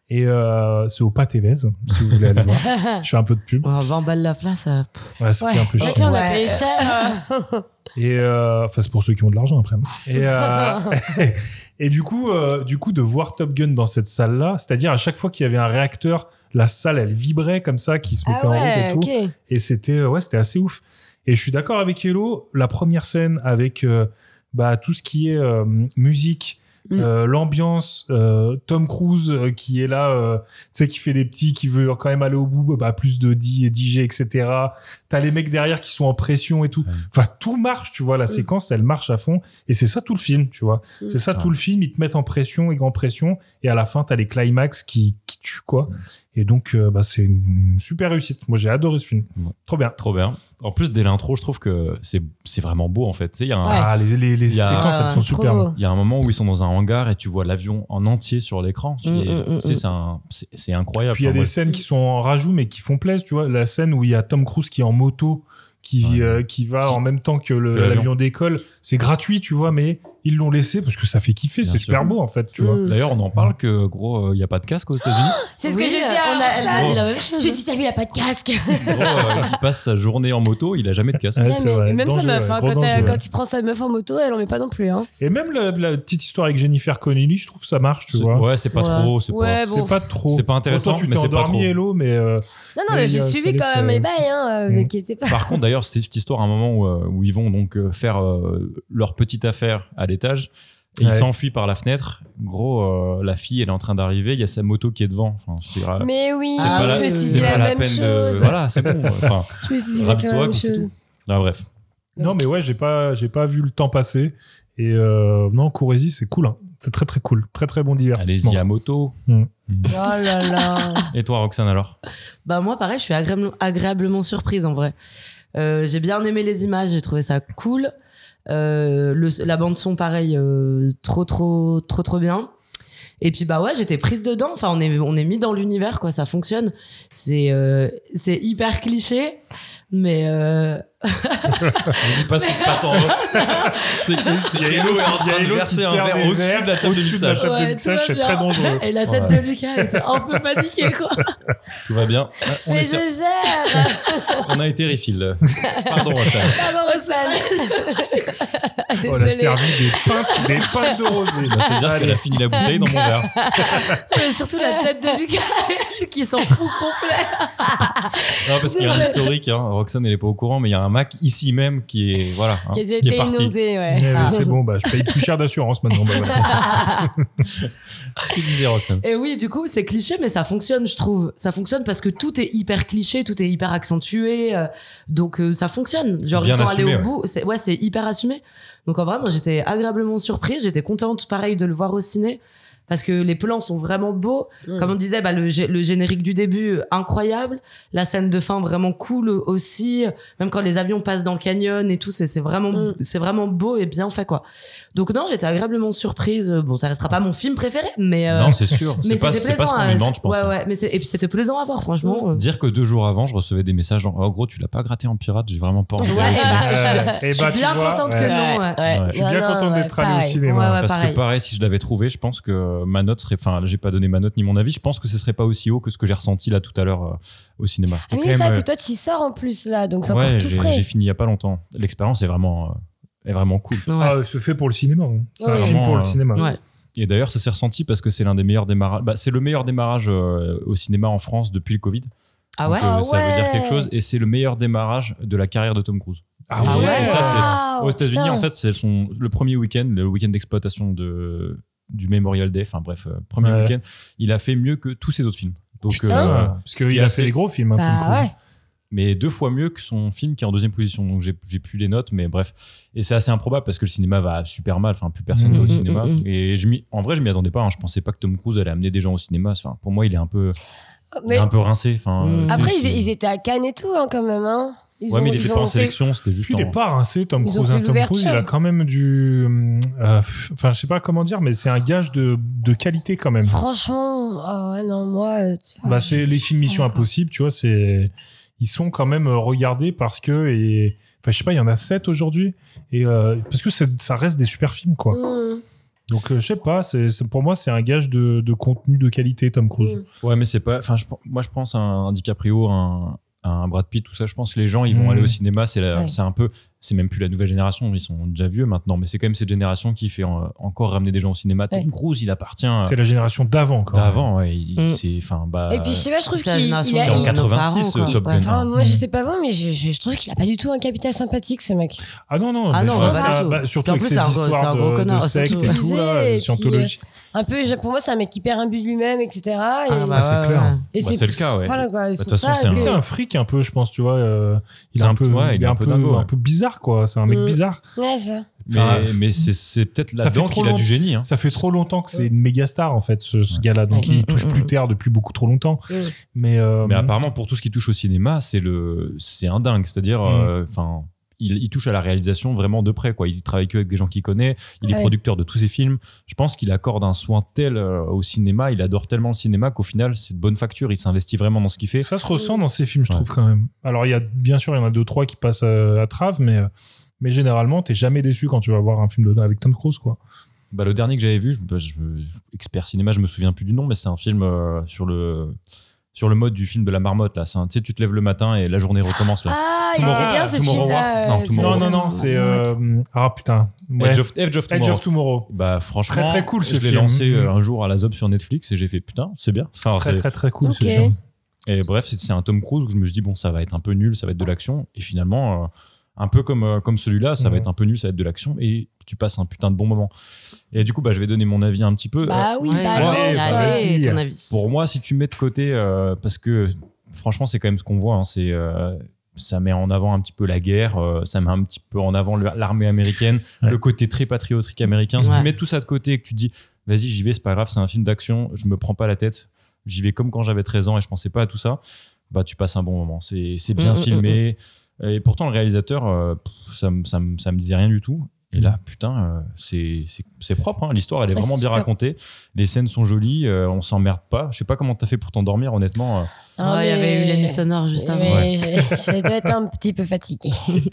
S2: Et euh, c'est au Patévez, si vous voulez aller voir. Je fais un peu de pub.
S3: Ouais, 20 Oh, balles la place. euh, pff.
S2: Ouais, ça fait un peu
S4: Ouais,
S2: chier.
S4: clair, on a
S3: Ouais.
S4: payé cher.
S2: Et euh, enfin, c'est pour ceux qui ont de l'argent après. hein. Et, euh, et du coup, euh, du coup, de voir Top Gun dans cette salle-là, c'est-à-dire à chaque fois qu'il y avait un réacteur, la salle elle vibrait comme ça, qui se
S4: Ah
S2: mettait
S4: ouais,
S2: en route et tout.
S4: ok.
S2: Et c'était ouais, c'était assez ouf. Et je suis d'accord avec Hello, la première scène avec euh, bah, tout ce qui est euh, musique,
S4: Mm.
S2: euh, l'ambiance, euh, Tom Cruise euh, qui est là, euh, tu sais, qui fait des petits, qui veut quand même aller au bout, bah, plus de D- DJ, etc. T'as les mecs derrière qui sont en pression et tout. Enfin, tout marche, tu vois, la séquence, elle marche à fond. Et c'est ça tout le film, tu vois.
S4: Mm.
S2: C'est ça tout le film, ils te mettent en pression et en pression. Et à la fin, t'as les climax qui, qui tuent, quoi.
S1: Mm.
S2: Et donc, euh, bah, c'est une super réussite. Moi, j'ai adoré ce film. Trop bien.
S1: Trop bien. En plus, dès l'intro, je trouve que c'est c'est vraiment beau en fait. Tu sais, il y a un-
S4: Ouais.
S2: Ah, les, les, les
S1: Il y a-
S2: séquences, elles
S4: Ouais,
S3: Euh,
S2: sont
S4: c'est trop
S2: superbes.
S4: beau.
S1: Il y a un moment où ils sont dans un hangar et tu vois l'avion en entier sur l'écran. Tu
S3: Mm,
S1: dis,
S3: mm, mm,
S1: tu sais,
S3: mm.
S1: c'est un- c'est- c'est incroyable.
S2: Puis il y a
S1: Enfin,
S2: des
S1: moi,
S2: scènes qui sont en rajout, mais qui font plaisir. Tu vois, la scène où il y a Tom Cruise qui est en moto, qui,
S1: Ouais.
S2: euh, qui
S1: Qui-
S2: va en même temps que
S1: que
S2: le-
S1: l'avion.
S2: l'avion décolle. C'est gratuit, tu vois, mais ils l'ont laissé parce que ça fait kiffer.
S1: Bien
S2: C'est
S1: sûr.
S2: super beau, en fait, tu vois. Oh.
S4: Mm.
S1: D'ailleurs, on en parle que, gros, euh, il n'y a pas de casque aux États-Unis.
S4: C'est ce que
S3: Oui,
S4: j'ai dit
S3: euh,
S4: à
S3: on a- Elle a
S4: Roxane.
S3: dit la même chose.
S4: Je lui ai dit, t'as vu, il a pas de casque.
S1: Gros, euh, il passe sa journée en moto, il a jamais de casque.
S2: Ouais,
S4: Jamais.
S2: c'est vrai.
S4: Même
S2: Dangereux,
S4: sa meuf, hein,
S2: gros
S4: quand, elle-
S2: dangereux.
S4: quand il prend sa meuf en moto, elle en met pas non plus. Hein.
S2: Et même la, la petite histoire avec Jennifer Connelly, je trouve que ça marche, tu
S1: C'est-
S2: vois.
S1: Ouais, c'est pas
S3: Ouais.
S1: trop. C'est pas-
S3: Ah,
S4: Ouais, bon.
S2: C'est pas trop.
S1: C'est pas intéressant,
S2: Autant tu
S1: mais
S2: t'es
S1: c'est pas
S2: endormi,
S1: trop.
S2: Hello, mais euh,
S4: Non, non,
S2: Mais
S4: mais j'ai
S2: euh, ça
S4: suivi
S2: laisse,
S4: quand même
S2: euh,
S4: les bails, hein, euh, vous
S2: Mm.
S4: inquiétez pas.
S1: Par contre, d'ailleurs, c'est cette histoire à un moment où, euh, où ils vont donc euh, faire euh, leur petite affaire à l'étage et
S2: Ouais.
S1: ils s'enfuient par la fenêtre. Gros, euh, la fille, elle est en train d'arriver. Il y a sa moto qui est devant. Enfin, je dirais,
S4: Mais oui,
S1: c'est
S3: Ah,
S1: pas,
S4: je
S1: la,
S4: me suis
S1: c'est
S4: dit
S1: pas
S4: la
S1: la
S4: même
S1: peine de.
S4: chose.
S1: Voilà, c'est bon. Enfin,
S4: Je me suis dit
S1: Rabis-toi,
S4: exactement la même
S1: quoi, c'est
S4: chose.
S1: là, bref.
S2: non, mais ouais, j'ai pas, j'ai pas vu le temps passer. Et euh, non, Courrèzy, c'est cool. hein. C'est très, très cool. Très, très bon divertissement.
S1: Allez-y à moto.
S2: Mm.
S4: Oh là là.
S1: Et toi, Roxane, alors
S3: Bah moi pareil, je suis agréable- agréablement surprise en vrai. Euh, j'ai bien aimé les images, j'ai trouvé ça cool. Euh, le- la bande son pareil, euh, trop trop trop trop bien. Et puis bah ouais, j'étais prise dedans. Enfin, on est on est mis dans l'univers quoi, ça fonctionne. C'est euh, c'est hyper cliché, mais euh,
S1: Je dis pas ce qui se passe en off. C'est cool. c'est
S2: Il y a
S1: Hello
S2: Hello
S1: est en
S2: qui- il y a
S1: train de
S2: Hello qui
S1: verser
S2: sert
S1: un verre
S2: des
S1: au-dessus
S2: verres
S1: de la table de
S2: au-dessus de la
S1: mixage.
S2: table. de
S3: ouais,
S2: mixage,
S3: tout
S2: c'est
S3: va bien.
S2: très dangereux.
S3: Et la tête
S1: Ouais.
S3: de Lucas était un peu paniquée quoi.
S1: Tout va bien. On,
S4: Mais
S1: est
S4: je
S1: ser-
S4: gère.
S1: on a été refill. Pardon, Roxane.
S4: Pardon, Roxane.
S2: Oh, elle a
S4: Désolée.
S2: servi des pintes, des pintes de rosée.
S1: Bah, C'est-à-dire qu'elle a fini la bouteille dans mon verre.
S4: Mais surtout la tête de Lucas qui s'en fout complet.
S1: Non, parce qu'il y a un historique. hein. Roxane, elle n'est pas au courant, mais il y a un Mac ici même qui est, voilà, hein,
S4: Qui a déjà
S1: qui est
S4: été
S1: parti.
S4: inondée, ouais.
S2: Mais,
S3: Ah.
S2: euh, C'est bon, bah, je paye plus cher d'assurance maintenant. bah, voilà.
S1: Tu disais, Roxane
S3: Et oui, du coup, c'est cliché, mais ça fonctionne, je trouve. Ça fonctionne parce que tout est hyper cliché, tout est hyper accentué. euh, donc, euh, ça fonctionne. Genre, ils
S1: Bien
S3: sont
S1: assumé,
S3: allés au
S1: ouais.
S3: bout. C'est, ouais, c'est hyper assumé. Donc, en vrai, moi, j'étais agréablement surprise. J'étais contente, pareil, de le voir au ciné. Parce que les plans sont vraiment beaux. Comme on disait, bah, le, gé- le générique du début, euh, incroyable. La scène de fin, vraiment cool euh, aussi. Même quand les avions passent dans le canyon et tout, c'est, c'est, vraiment,
S4: Mm.
S3: c'est vraiment beau et bien fait, quoi. Donc, non, j'étais agréablement surprise. Bon, ça restera pas mon film préféré, mais. euh,
S1: Non, c'est sûr.
S3: mais
S1: C'est pas,
S3: c'était
S1: c'est pas ce
S3: plaisant,
S1: qu'on
S3: hein,
S1: lui vante,
S3: c'est-
S1: je pense.
S3: Ouais, ouais, mais c'est- et puis c'était plaisant à voir, franchement. euh.
S1: Dire que deux jours avant, je recevais des messages genre, oh gros, tu l'as pas gratté en pirate, j'ai vraiment pas envie
S3: Ouais,
S1: d'aller au
S3: et
S1: cinéma.
S3: bah,
S2: Euh,
S3: je
S2: eh
S3: suis
S2: bah, tu
S3: bien
S2: vois,
S3: contente
S2: ouais.
S3: que non. ouais.
S1: Ouais.
S2: Je suis
S4: Non,
S2: bien
S4: non,
S2: content
S4: ouais,
S2: d'être allé au
S4: pareil.
S2: cinéma.
S3: Ouais, ouais.
S1: Parce
S3: pareil.
S1: que pareil, si je l'avais trouvé, je pense que ma note serait. Enfin, j'ai pas donné ma note ni mon avis. Je pense que ce serait pas aussi haut que ce que j'ai ressenti là tout à l'heure euh, au cinéma.
S4: Ah
S1: C'était quand
S4: oui,
S1: même.
S4: ça,
S1: euh,
S4: que toi, tu y sors en plus, là. Donc, c'est
S1: ouais,
S4: encore tout
S1: j'ai-
S4: frais.
S1: j'ai fini il y a pas longtemps. L'expérience est vraiment euh, est vraiment cool.
S2: Ah, c'est fait pour le cinéma. hein. C'est un
S4: Ouais.
S2: film pour
S1: Vraiment,
S2: le cinéma.
S3: Ouais.
S1: Et d'ailleurs, ça s'est ressenti parce que c'est l'un des meilleurs démarrages. Bah, c'est le meilleur démarrage euh, au cinéma en France depuis le Covid.
S3: Ah ouais
S1: Donc, euh, ça
S4: Ah
S1: veut dire
S4: ouais.
S1: quelque chose. Et c'est le meilleur démarrage de la carrière de Tom Cruise.
S2: Ah
S1: Et-
S2: ouais.
S1: et ça, c'est-
S4: Waouh,
S1: Aux États-Unis,
S4: putain.
S1: en fait, c'est son le premier week-end, le week-end d'exploitation de du Memorial Day. Enfin bref, euh, premier
S2: Ouais.
S1: week-end, il a fait mieux que tous ses autres films. Donc,
S4: Putain.
S1: euh,
S2: Parce
S1: ce
S2: qu'il
S1: qu'il
S2: a fait des gros films. hein, Tom
S4: Bah
S2: Cruise.
S4: ouais.
S1: mais deux fois mieux que son film qui est en deuxième position. Donc j'ai j'ai plus les notes, mais bref. Et c'est assez improbable parce que le cinéma va super mal. Enfin, plus personne
S2: Mmh,
S1: va au
S2: mmh,
S1: cinéma.
S3: mmh.
S1: Et je m'y- en vrai, je m'y attendais pas. hein. Je pensais pas que Tom Cruise allait amener des gens au cinéma. Enfin, pour moi, il est un peu, il est
S4: Mais
S1: un peu rincé.
S2: Mm.
S1: Enfin,
S3: Mmh.
S1: euh,
S4: après,
S1: c'est-
S4: ils, ils étaient à Cannes et tout, hein, quand même. Hein. Ils
S1: ouais, mais il
S4: ils
S1: était pas en
S4: fait-
S1: sélection. C'était juste.
S2: Puis il
S1: en-
S2: est pas rincé, Tom
S4: Ils ont
S2: Cruise.
S4: fait
S2: hein. Tom Cruise, il a
S4: l'ouverture.
S2: quand même du. hum, euh, Enfin, je sais pas comment dire, mais c'est un gage de, de qualité quand même.
S4: Franchement, ah ouais, non, moi. euh, tu vois,
S2: Bah, c'est les films Mission
S4: D'accord.
S2: Impossible, tu vois, c'est ils sont quand même euh, regardés parce que et enfin je sais pas, il y en a sept aujourd'hui et euh, parce que c'est- ça reste des super films quoi.
S4: Mm.
S2: Donc euh, je sais pas, c'est c'est- pour moi c'est un gage de, de contenu de qualité Tom Cruise.
S4: Mm.
S1: Ouais, mais c'est pas. Enfin, je- moi, je pense à un DiCaprio, à un, à un Brad Pitt, tout ça. Je pense que les gens, ils vont
S2: Mmh.
S1: aller au cinéma. C'est la-
S4: Mm. Ouais.
S1: c'est un peu. c'est même plus la nouvelle génération, ils sont déjà vieux maintenant, mais c'est quand même cette génération qui fait en- encore ramener des gens au cinéma. Tom
S4: Ouais.
S1: Cruise, il appartient. à-
S2: C'est la génération d'avant, quand même.
S1: D'avant, ouais, il-
S3: Mm.
S1: c'est. Enfin, bah.
S4: Et puis je sais pas, je trouve
S3: C'est la
S4: qu'il il a.
S3: génération
S1: c'est
S3: de
S1: en
S3: nos
S4: il-
S1: 86,
S3: parents, quoi.
S1: Top
S3: Ouais.
S1: Gun.
S4: Enfin,
S1: hein.
S4: moi, je sais pas vous, mais je, je- je trouve qu'il a pas du tout un capital sympathique, ce mec.
S2: Ah non, non,
S3: Ah
S2: mais
S3: non,
S2: je vois
S3: bah, pas
S2: ça,
S3: du tout.
S2: bah, surtout
S3: En
S2: avec
S3: plus,
S2: ces
S3: c'est un gros-
S2: histoires
S3: c'est un gros
S2: de, de
S3: connard, Oh, c'est
S2: sectes
S3: tout.
S2: et tout, là,
S4: Et
S2: euh,
S4: puis,
S2: scientologie.
S4: Un peu, je- pour moi, c'est un mec hyper imbu de lui-même, etc. Et,
S3: Ah, bah,
S2: Ah, c'est
S3: ouais,
S2: clair.
S3: ouais.
S4: et
S1: Bah, c'est le cas, ouais.
S4: Voilà, quoi.
S1: Bah,
S4: C'est
S1: de
S4: pour
S1: toute façon,
S4: ça
S1: c'est un-
S4: que-
S2: C'est un fric un peu, je pense, tu vois. euh, il,
S1: C'est
S2: est
S1: un
S2: un peu,
S1: petit- ouais,
S2: il est un peu,
S1: dingo, ouais.
S2: un peu bizarre, quoi. C'est un mec
S3: Euh,
S4: Mm.
S2: bizarre.
S4: Ouais, c'est ça.
S1: Mais, mais c'est- c'est peut-être
S2: Ça
S1: là-dedans
S2: fait trop
S1: qu'il a du
S2: long-
S1: génie. hein.
S2: Ça fait trop longtemps que c'est une méga star, en fait, ce, ce
S1: Ouais.
S2: gars-là. Donc,
S3: Ouais.
S2: il
S3: Mm,
S2: touche
S3: mm,
S2: plus
S3: mm.
S2: terre depuis beaucoup trop longtemps.
S4: Mm.
S2: Mais, euh,
S1: Mais apparemment, pour tout ce qui touche au cinéma, c'est le, c'est un dingue. C'est-à-dire, euh, enfin, il, il touche à la réalisation vraiment de près. Quoi, il travaille que avec des gens qu'il connaît. Il est
S4: Ouais.
S1: producteur de tous ses films. Je pense qu'il accorde un soin tel euh, au cinéma. Il adore tellement le cinéma qu'au final, c'est de bonne facture. Il s'investit vraiment dans ce qu'il fait.
S2: ça se ressent dans ces films, je
S1: Ouais.
S2: trouve, quand même. Alors, il y a, bien sûr, il y en a deux, trois qui passent euh, à trave, mais, euh, mais généralement, t'es jamais déçu quand tu vas voir un film de, avec Tom Cruise, quoi.
S1: Bah, le dernier que j'avais vu, je, bah, je- je- expert cinéma, je me souviens plus du nom, mais c'est un film euh, sur le sur le mode du film de la marmotte. Là, C'est un- tu sais, tu te lèves le matin et la journée recommence. Là.
S4: Ah, il
S2: Tomorrow-
S4: était bien ce
S1: Tomorrow
S4: film-là.
S1: War. Non,
S4: euh,
S1: Tomorrow
S2: Non,
S4: ça-
S2: non, non, c'est. euh,
S4: Ouais.
S2: ah putain. Ouais.
S1: Edge of, Edge of
S2: Edge
S1: Tomorrow.
S2: of Tomorrow.
S1: Bah franchement,
S2: Très, très cool, ce
S1: je l'ai
S2: film.
S1: lancé euh,
S2: Mhm.
S1: un jour à la zob sur Netflix et j'ai fait putain, c'est bien. Enfin,
S2: Très,
S1: c'est-
S2: très, très cool,
S4: Ok.
S2: ce film.
S1: Et bref, c'est c'est un Tom Cruise où je me suis dit bon, ça va être un peu nul, ça va être de l'action. Et finalement, euh, un peu comme euh, comme celui-là, ça va
S2: Mhm.
S1: être un peu nul, ça va être de l'action et tu passes un putain de bon moment. Et du coup, bah je vais donner mon avis un petit peu. Euh,
S4: Bah oui,
S3: Ouais,
S4: balance.
S2: ouais,
S4: euh,
S3: allez,
S2: vas-y.
S3: ton avis.
S1: Pour moi, si tu mets de côté, euh, parce que franchement, c'est quand même ce qu'on voit. hein, c'est euh, ça met en avant un petit peu la guerre, euh, ça met un petit peu en avant le- l'armée américaine,
S2: Ouais.
S1: le côté très patriotique américain. Si
S3: Ouais.
S1: tu mets tout ça de côté et que tu te dis, vas-y, j'y vais, c'est pas grave, c'est un film d'action, je me prends pas la tête, j'y vais comme quand j'avais 13 ans et je pensais pas à tout ça, bah tu passes un bon moment. C'est c'est bien
S3: Mm, mm,
S1: filmé. Et pourtant, le réalisateur, euh, pff, ça, me- ça, me- ça me disait rien du tout. Et là, putain, euh, c'est- c'est c'est propre. hein. L'histoire, elle est
S4: Ouais,
S1: vraiment
S4: c'est
S1: bien
S4: super.
S1: racontée. Les scènes sont jolies. euh, on s'emmerde pas. Je sais pas comment t'as fait pour t'endormir, honnêtement. euh.
S4: Ah,
S3: Ouais, il y
S4: mais-
S3: avait eu la nuit sonore juste avant.
S4: Mais je, je dois être un petit peu fatiguée.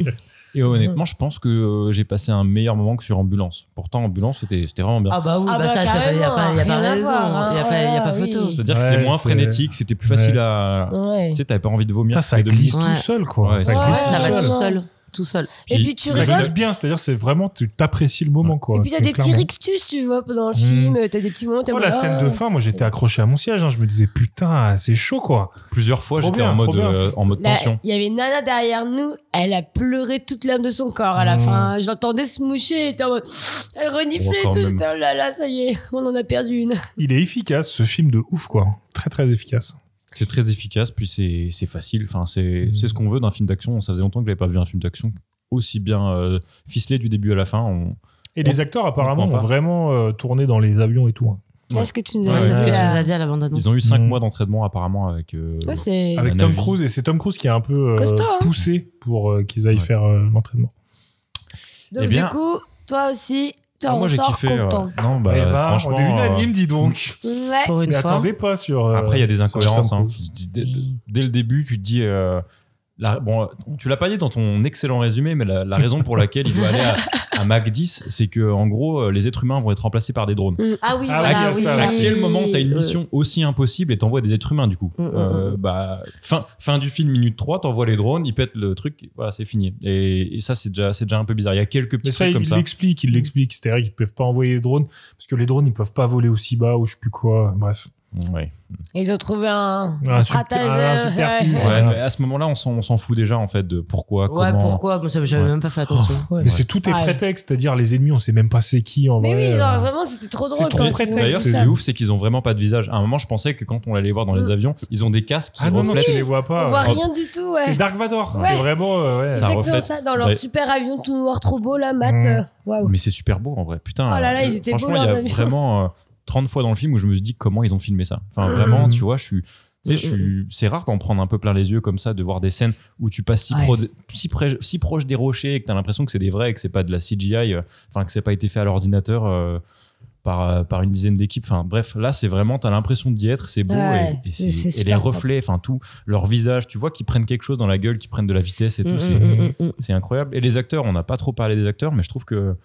S1: Et
S4: Mm.
S1: honnêtement, je pense que euh, j'ai passé un meilleur moment que sur Ambulance. Pourtant, Ambulance, c'était c'était vraiment bien.
S3: Ah bah oui,
S4: Ah
S3: bah,
S4: bah
S3: ça, ça, il n'y a
S4: carrément,
S3: pas, y a pas
S4: rien à
S3: raison, il
S4: voir, hein,
S3: n'y a, pas- y a pas
S4: voilà,
S3: photo.
S4: oui.
S1: C'est-à-dire
S2: Ouais,
S1: que c'était moins
S2: c'est-
S1: frénétique, c'était plus facile
S2: Ouais.
S1: à.
S4: Ouais.
S1: Tu sais, t'avais pas envie de vomir.
S2: Putain, ça
S1: c'était de-
S2: glisse
S3: Ouais.
S2: tout seul, quoi.
S1: Ouais,
S2: ça
S4: ouais,
S2: glisse
S3: ça
S2: tout
S3: va
S2: seul.
S3: tout
S4: vraiment.
S3: seul, tout seul.
S4: Et puis tu
S2: Ça glisse
S1: euh,
S4: rigoles.
S2: bien, c'est-à-dire, c'est vraiment, tu t'apprécies le moment, quoi.
S4: Et puis t'as
S2: C'est
S4: des petits
S2: clairement-
S4: rictus, tu vois, pendant le
S2: Mm.
S4: film. T'as des petits moments, t'es
S2: Oh,
S4: en
S2: la
S4: mode,
S2: scène de
S4: ah.
S2: fin, moi j'étais accroché à mon siège, hein, je me disais putain, c'est chaud quoi.
S1: Plusieurs fois,
S2: Trop
S1: j'étais
S2: bien,
S1: en
S2: trop
S1: mode,
S2: bien.
S1: euh, en mode
S4: Là,
S1: tension.
S4: Il y avait Nana derrière nous, elle a pleuré toute l'âme de son corps à la
S2: Mm.
S1: Hmm.
S4: fin. Je l'entendais se moucher, elle était en mode. Elle reniflait
S1: Oh, quand
S4: tout.
S1: même.
S4: j'étais, Oh là là, ça y est, on en a perdu une.
S2: Il est efficace ce film de ouf quoi. Très très efficace.
S1: C'est très efficace, puis c'est c'est facile. Enfin, c'est
S2: Mm.
S1: c'est ce qu'on veut d'un film d'action. Ça faisait longtemps que j'avais pas vu un film d'action aussi bien euh, ficelé du début à la fin. On-
S2: Et les acteurs apparemment
S1: on comprend
S2: ont
S1: pas.
S2: vraiment euh, tourné dans les avions et tout. hein.
S1: Ouais.
S4: Est-ce que tu nous
S3: Ouais,
S4: as
S3: c'est ce que
S4: dit,
S3: tu
S4: là
S3: nous as dit à la bande-annonce.
S1: Ils ont eu 5
S2: Mm.
S1: mois d'entraînement apparemment avec. euh,
S4: Ouais, c'est.
S2: Avec
S1: Un
S2: Tom
S1: avis.
S2: Cruise et c'est Tom Cruise qui a un peu euh,
S4: Costaud, hein.
S2: poussé pour euh, qu'ils aillent
S1: Ouais.
S2: faire euh, l'entraînement.
S4: Donc,
S1: Eh bien-
S4: du coup, toi aussi, tu
S1: Ah,
S4: en
S1: moi j'ai
S4: ressors
S1: kiffé. euh,
S4: content.
S1: Non, bah,
S2: Eh ben,
S1: franchement.
S2: on est
S1: euh,
S2: unanime dis donc.
S4: Ouais.
S3: Pour une
S2: Mais
S3: fois.
S2: attendez pas sur. euh,
S1: Après, il y a des
S2: sur
S1: incohérences. hein.
S2: Tom Cruise.
S1: Tu te dis- dès, dès le début, tu te dis. euh, la- bon, tu l'as pas dit dans ton excellent résumé, mais la, la raison pour laquelle il doit aller à, à Mac 10, c'est que en gros, euh, les êtres humains vont être remplacés par des drones.
S3: Ah oui,
S2: Ah,
S3: voilà,
S2: oui,
S3: oui.
S2: ça,
S1: À
S2: oui.
S1: quel moment t'as une
S3: Euh,
S1: mission aussi impossible et t'envoies des êtres humains du coup
S3: Mm, mm,
S1: Euh, bah, fin, fin du film, minute 3, t'envoies les drones, ils pètent le truc, voilà, c'est fini. Et, et ça, c'est déjà, c'est déjà un peu bizarre. Il y a quelques
S2: Mais
S1: petits
S2: ça,
S1: trucs comme
S2: il
S1: ça.
S2: l'explique, il l'explique. C'est-à-dire qu'ils peuvent pas envoyer les drones parce que les drones ils peuvent pas voler aussi bas ou je sais plus quoi. Bref.
S1: Ouais.
S4: Ils ont trouvé un,
S2: Un
S4: un
S2: subter-
S4: stratège.
S2: un
S4: euh,
S2: subterfuge.
S4: ouais.
S1: Ouais, mais à ce moment-là, on s'en on s'en fout déjà en fait de pourquoi,
S3: Ouais,
S1: comment.
S3: pourquoi Moi, ça, J'avais
S1: Ouais.
S3: même pas fait attention.
S2: Mais c'est tout est
S4: Ah ouais.
S2: prétexte, c'est-à-dire les ennemis, on sait même pas c'est qui en
S4: Mais
S2: vrai.
S4: oui,
S2: euh.
S4: genre vraiment, c'était trop
S2: c'est
S4: drôle.
S2: trop
S4: quand ils
S2: prétexte.
S4: ont dit
S1: D'ailleurs, ce qui
S4: ça.
S1: est ouf, c'est qu'ils ont vraiment pas de visage. À un moment, je pensais que quand on allait les voir dans les avions, ils ont des casques qui
S2: Mm. Ah non, non,
S1: reflètent.
S2: tu les vois
S4: On
S2: pas.
S4: voit
S2: euh.
S4: rien du tout, ouais.
S2: C'est Dark Vador.
S4: Ouais.
S2: C'est vraiment. euh, ouais.
S1: Ça
S4: Exactement
S1: reflète-
S4: ça, dans leur
S1: Ouais.
S4: super avion tout noir, trop beau là, Matt.
S2: Mm.
S4: euh, Waouh.
S1: Mais c'est super beau en vrai. Putain.
S4: Oh là là,
S1: euh,
S4: ils étaient beaux,
S1: Franchement, il y
S4: leurs
S1: a
S4: avions.
S1: vraiment euh, 30 fois dans le film où je me suis dit comment ils ont filmé ça. Enfin, vraiment, tu vois, je suis. Tu sais, je suis- c'est rare d'en prendre un peu plein les yeux comme ça, de voir des scènes où tu passes si,
S3: Ouais.
S1: pro- si, près- si proche des rochers et que t'as l'impression que c'est des vrais et que c'est pas de la CGI, euh, enfin que c'est pas été fait à l'ordinateur euh, par, euh, par une dizaine d'équipes. Enfin bref, là c'est vraiment, t'as l'impression d'y être, c'est beau
S4: Ouais,
S1: et, et
S4: c'est-
S1: c'est-
S4: c'est
S1: et les
S4: super propre.
S1: reflets, enfin tout, leur visage, tu vois qu'ils prennent quelque chose dans la
S4: Mmh,
S1: gueule, qu'ils prennent de la vitesse et tout,
S3: Mm,
S1: c'est
S3: mm, mm, mm.
S1: c'est incroyable. Et les acteurs, on n'a pas trop parlé des acteurs, mais je trouve que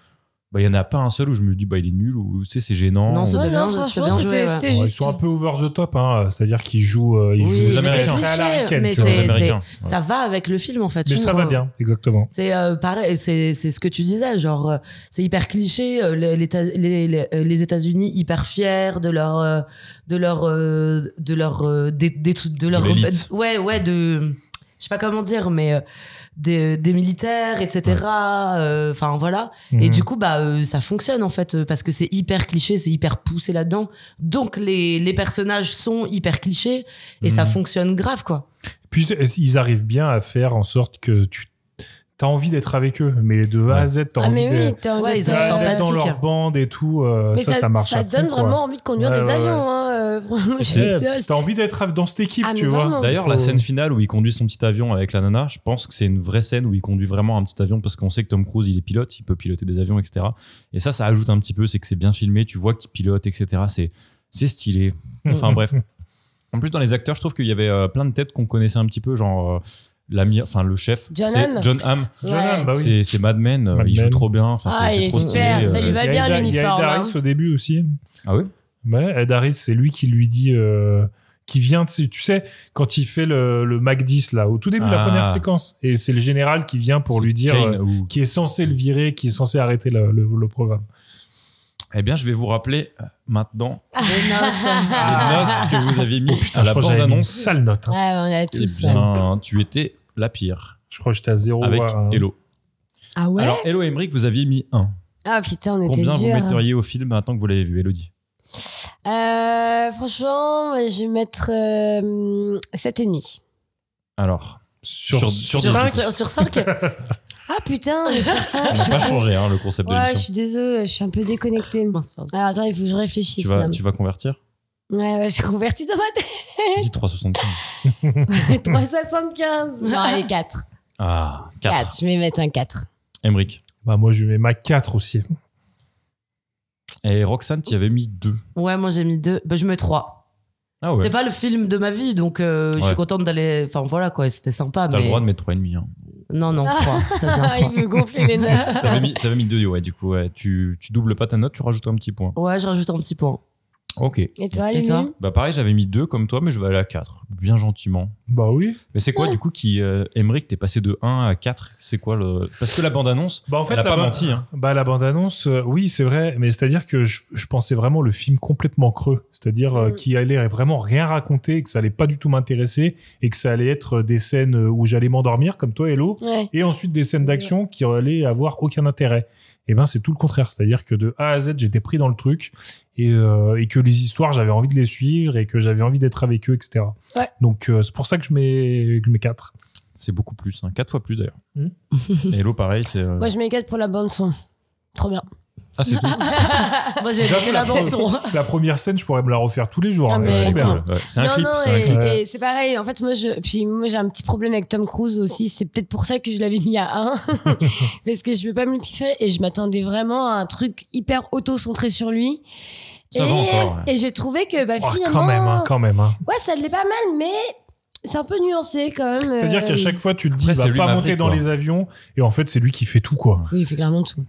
S1: bah, il y en a pas un seul où je me dis, bah, il est nul, ou, tu sais, c'est gênant.
S3: Non,
S1: ou-
S3: c'était
S4: Ouais,
S3: bien,
S4: non,
S3: c'était
S4: franchement,
S3: bien joué.
S4: c'était-
S3: ouais.
S4: c'était-
S2: Ouais, ils sont un peu over the top, hein, c'est-à-dire qu'ils jouent, euh, ils
S3: mm. Oui,
S2: jouent les
S3: mais c'est
S2: Américains à
S3: cliché,
S2: l'américaine,
S3: mais
S2: tu vois, les
S3: c'est-
S2: Américains. Ouais.
S3: Ça va avec le film en fait.
S2: Mais ça
S3: souvent.
S2: va bien, exactement.
S3: C'est euh, pareil, c'est c'est ce que tu disais, genre euh, c'est hyper cliché, euh, les, les, les- les- euh, les États-Unis hyper fiers de leur euh, de leur euh, de leur euh, des- des- de leur
S1: l'élite.
S3: ouais ouais de je sais pas comment dire mais euh, des, des militaires etc. euh, Enfin voilà et
S1: Mm.
S2: Mhm.
S3: du coup bah euh, ça fonctionne en fait euh, parce que c'est hyper cliché, c'est hyper poussé là-dedans donc les les personnages sont hyper clichés et ça
S1: Mm.
S2: Mhm.
S3: fonctionne grave quoi.
S2: Puis euh, ils arrivent bien à faire en sorte que tu as envie d'être avec eux, mais de A à Z, t'as
S4: Ah,
S2: envie
S4: mais oui,
S2: d'être
S4: t'es en euh,
S3: Ouais, ils ont
S2: d'être
S3: besoin sympathique.
S2: dans leur bande et tout. euh,
S4: Mais
S2: ça, ça marche. à
S4: donne
S2: fond, quoi.
S4: vraiment envie de conduire
S2: Ouais,
S4: des
S2: ouais,
S4: avions.
S2: ouais.
S4: Hein. euh, vraiment,
S1: Et
S4: j'ai
S1: c'est-
S4: été-
S2: T'as envie d'être dans cette équipe,
S4: Ah, mais
S2: tu vois.
S4: vraiment.
S1: D'ailleurs, la
S2: Faut-
S1: scène finale où il conduit son petit avion avec la nana, je pense que c'est une vraie scène où il conduit vraiment un petit avion parce qu'on sait que Tom Cruise, il est pilote, il peut piloter des avions, etc. Et ça, ça ajoute un petit peu, c'est que c'est bien filmé, tu vois qu'il pilote, etc. C'est, c'est stylé. Enfin bref. En plus, dans les acteurs, je trouve qu'il y avait euh, plein de têtes qu'on connaissait un petit peu, genre euh, l'ami, enfin le chef,
S4: John
S1: c'est
S4: Hamm.
S1: John Hamm.
S4: Ouais.
S2: Jonah, bah oui.
S1: C'est, c'est Mad Men, euh,
S2: Mad
S1: il joue
S2: Men.
S1: trop bien. Enfin, c'est,
S4: Ah,
S1: c'est
S4: il est
S1: trop stylé.
S4: super, ça
S1: euh.
S4: lui va
S2: Il y a
S4: bien
S2: Ed- Il
S4: l'uniforme.
S2: y a Ed
S4: hein.
S2: Harris au début aussi.
S1: Ah oui
S2: Ouais, Ed Harris, c'est lui qui lui dit. euh, qui vient, de- tu sais, quand il fait le, le Mac 10, là, au tout début de la
S1: Ah.
S2: première séquence. Et c'est le général qui vient pour
S1: C'est
S2: lui dire.
S1: Kane
S2: euh,
S1: ou-
S2: qui est censé le virer, qui est censé arrêter le, le- le programme.
S1: Eh bien, je vais vous rappeler euh, maintenant les
S4: Ah.
S1: notes que vous avez mis
S2: Oh, Putain,
S1: à
S2: je
S1: la
S2: crois que j'avais mis une
S1: bande-annonce.
S2: sale note. hein.
S4: Ouais, on a
S1: Eh
S4: tous. hein. ouais.
S1: bien, tu étais la pire
S2: Je crois que j'étais à 0
S1: avec
S2: à un.
S1: Hello.
S4: Ah ouais
S1: Alors, Hello Emmerich, vous aviez mis 1.
S4: Ah putain, on était
S1: Combien vous
S4: dur.
S1: metteriez au film maintenant que vous l'avez vu, Elodie
S4: Euh, franchement, moi, je vais mettre euh, 7,5.
S1: Alors, sur,
S2: Sur-
S1: sur,
S3: Sur,
S1: dix.
S3: sur, sur cinq
S4: Ah putain, mais sur 5.
S1: On n'a pas changé hein, le concept de
S4: Ouais, je
S1: l'émission.
S4: suis désolée, je suis un peu déconnectée.
S3: Mince, pardon.
S4: Alors Ah, attends, il faut que je réfléchisse.
S1: Tu vas,
S4: là.
S1: tu vas convertir
S4: Ouais, ouais, je suis convertie dans ma tête.
S1: Dis 3,75.
S4: 3,75. Non, allez, 4.
S1: Ah,
S4: 4.
S1: 4.
S4: je vais mettre un 4.
S1: Emmerich.
S2: Bah, moi, je lui mets ma 4 aussi.
S1: Et Roxane, tu y avais mis 2.
S3: Ouais, moi j'ai mis deux. Bah, je mets trois.
S1: Ah ouais.
S3: C'est pas le film de ma vie, donc euh, je
S1: Ouais.
S3: suis contente d'aller. Enfin voilà quoi, c'était sympa.
S1: T'as
S3: mais...
S1: le droit de mettre 3,5. Hein.
S3: Non, non, trois. Ça devient
S4: Ah, il veut gonfler les notes.
S1: T'avais mis, t'avais mis 2, ouais, du coup. ouais. Tu, tu doubles pas ta note, tu rajoutes un petit point.
S3: trois. Ouais, je rajoute un petit point.
S1: Ok.
S4: Et toi,
S3: Et
S4: Lulu
S3: toi
S1: Bah pareil, j'avais mis 2 comme toi, mais je vais aller à 4. Bien gentiment.
S2: Bah oui.
S1: Mais c'est quoi du coup qui. Euh, Emmerich, t'es passé de 1 à 4 C'est quoi le. Parce que la bande-annonce,
S2: Bah, en
S1: elle a pas
S2: là-bas-
S1: menti. Hein.
S2: Bah, la bande-annonce, euh, oui, c'est vrai, mais c'est-à-dire que je, je pensais vraiment le film complètement creux, c'est-à-dire euh,
S4: Mm.
S2: qu'il allait vraiment rien raconter, que ça allait pas du tout m'intéresser, et que ça allait être euh, des scènes où j'allais m'endormir, comme toi, Hello,
S4: Ouais.
S2: et ensuite des
S4: Mm.
S2: scènes d'action qui allaient avoir aucun intérêt. Et ben, c'est tout le contraire, c'est-à-dire que de A à Z, j'étais pris dans le truc, et, euh, et que les histoires, j'avais envie de les suivre, et que j'avais envie d'être avec eux, etc.
S4: Ouais.
S2: Donc, euh, c'est pour ça que je mets, que je mets 4.
S1: C'est beaucoup plus, hein. 4 fois plus d'ailleurs.
S2: Hmm.
S1: Et Hello, pareil, c'est. euh,
S4: Moi, je mets 4 pour la bande-son. Trop bien.
S1: Ah, c'est tout
S3: Moi j'ai
S2: J'avoue,
S3: fait la bande son.
S2: La première scène, je pourrais me la refaire tous les jours.
S4: Ah,
S2: hein,
S4: mais
S2: elle est
S1: Ouais,
S2: trop bien.
S1: cool, ouais. C'est un
S4: non,
S1: clip.
S4: non,
S1: c'est un
S4: et,
S1: clip.
S4: et c'est pareil. En fait, moi, je, puis moi, j'ai un petit problème avec Tom Cruise aussi. C'est peut-être pour ça que je l'avais mis à 1. parce que je veux pas me le piffer. Et je m'attendais vraiment à un truc hyper auto-centré sur lui.
S1: Ça
S4: et
S1: va encore, ouais.
S4: et j'ai trouvé que bah,
S2: Oh,
S4: finalement.
S2: quand même, hein, quand même. hein.
S4: Ouais, ça l'est pas mal, mais c'est un peu nuancé quand même.
S2: C'est-à-dire
S4: euh,
S2: qu'à chaque fois, tu te dis,
S1: Après,
S2: il va
S1: c'est lui
S2: pas
S1: Maverick,
S2: monter dans
S1: quoi.
S2: les avions, et en fait, c'est lui qui fait tout, quoi.
S4: Oui, il fait clairement tout.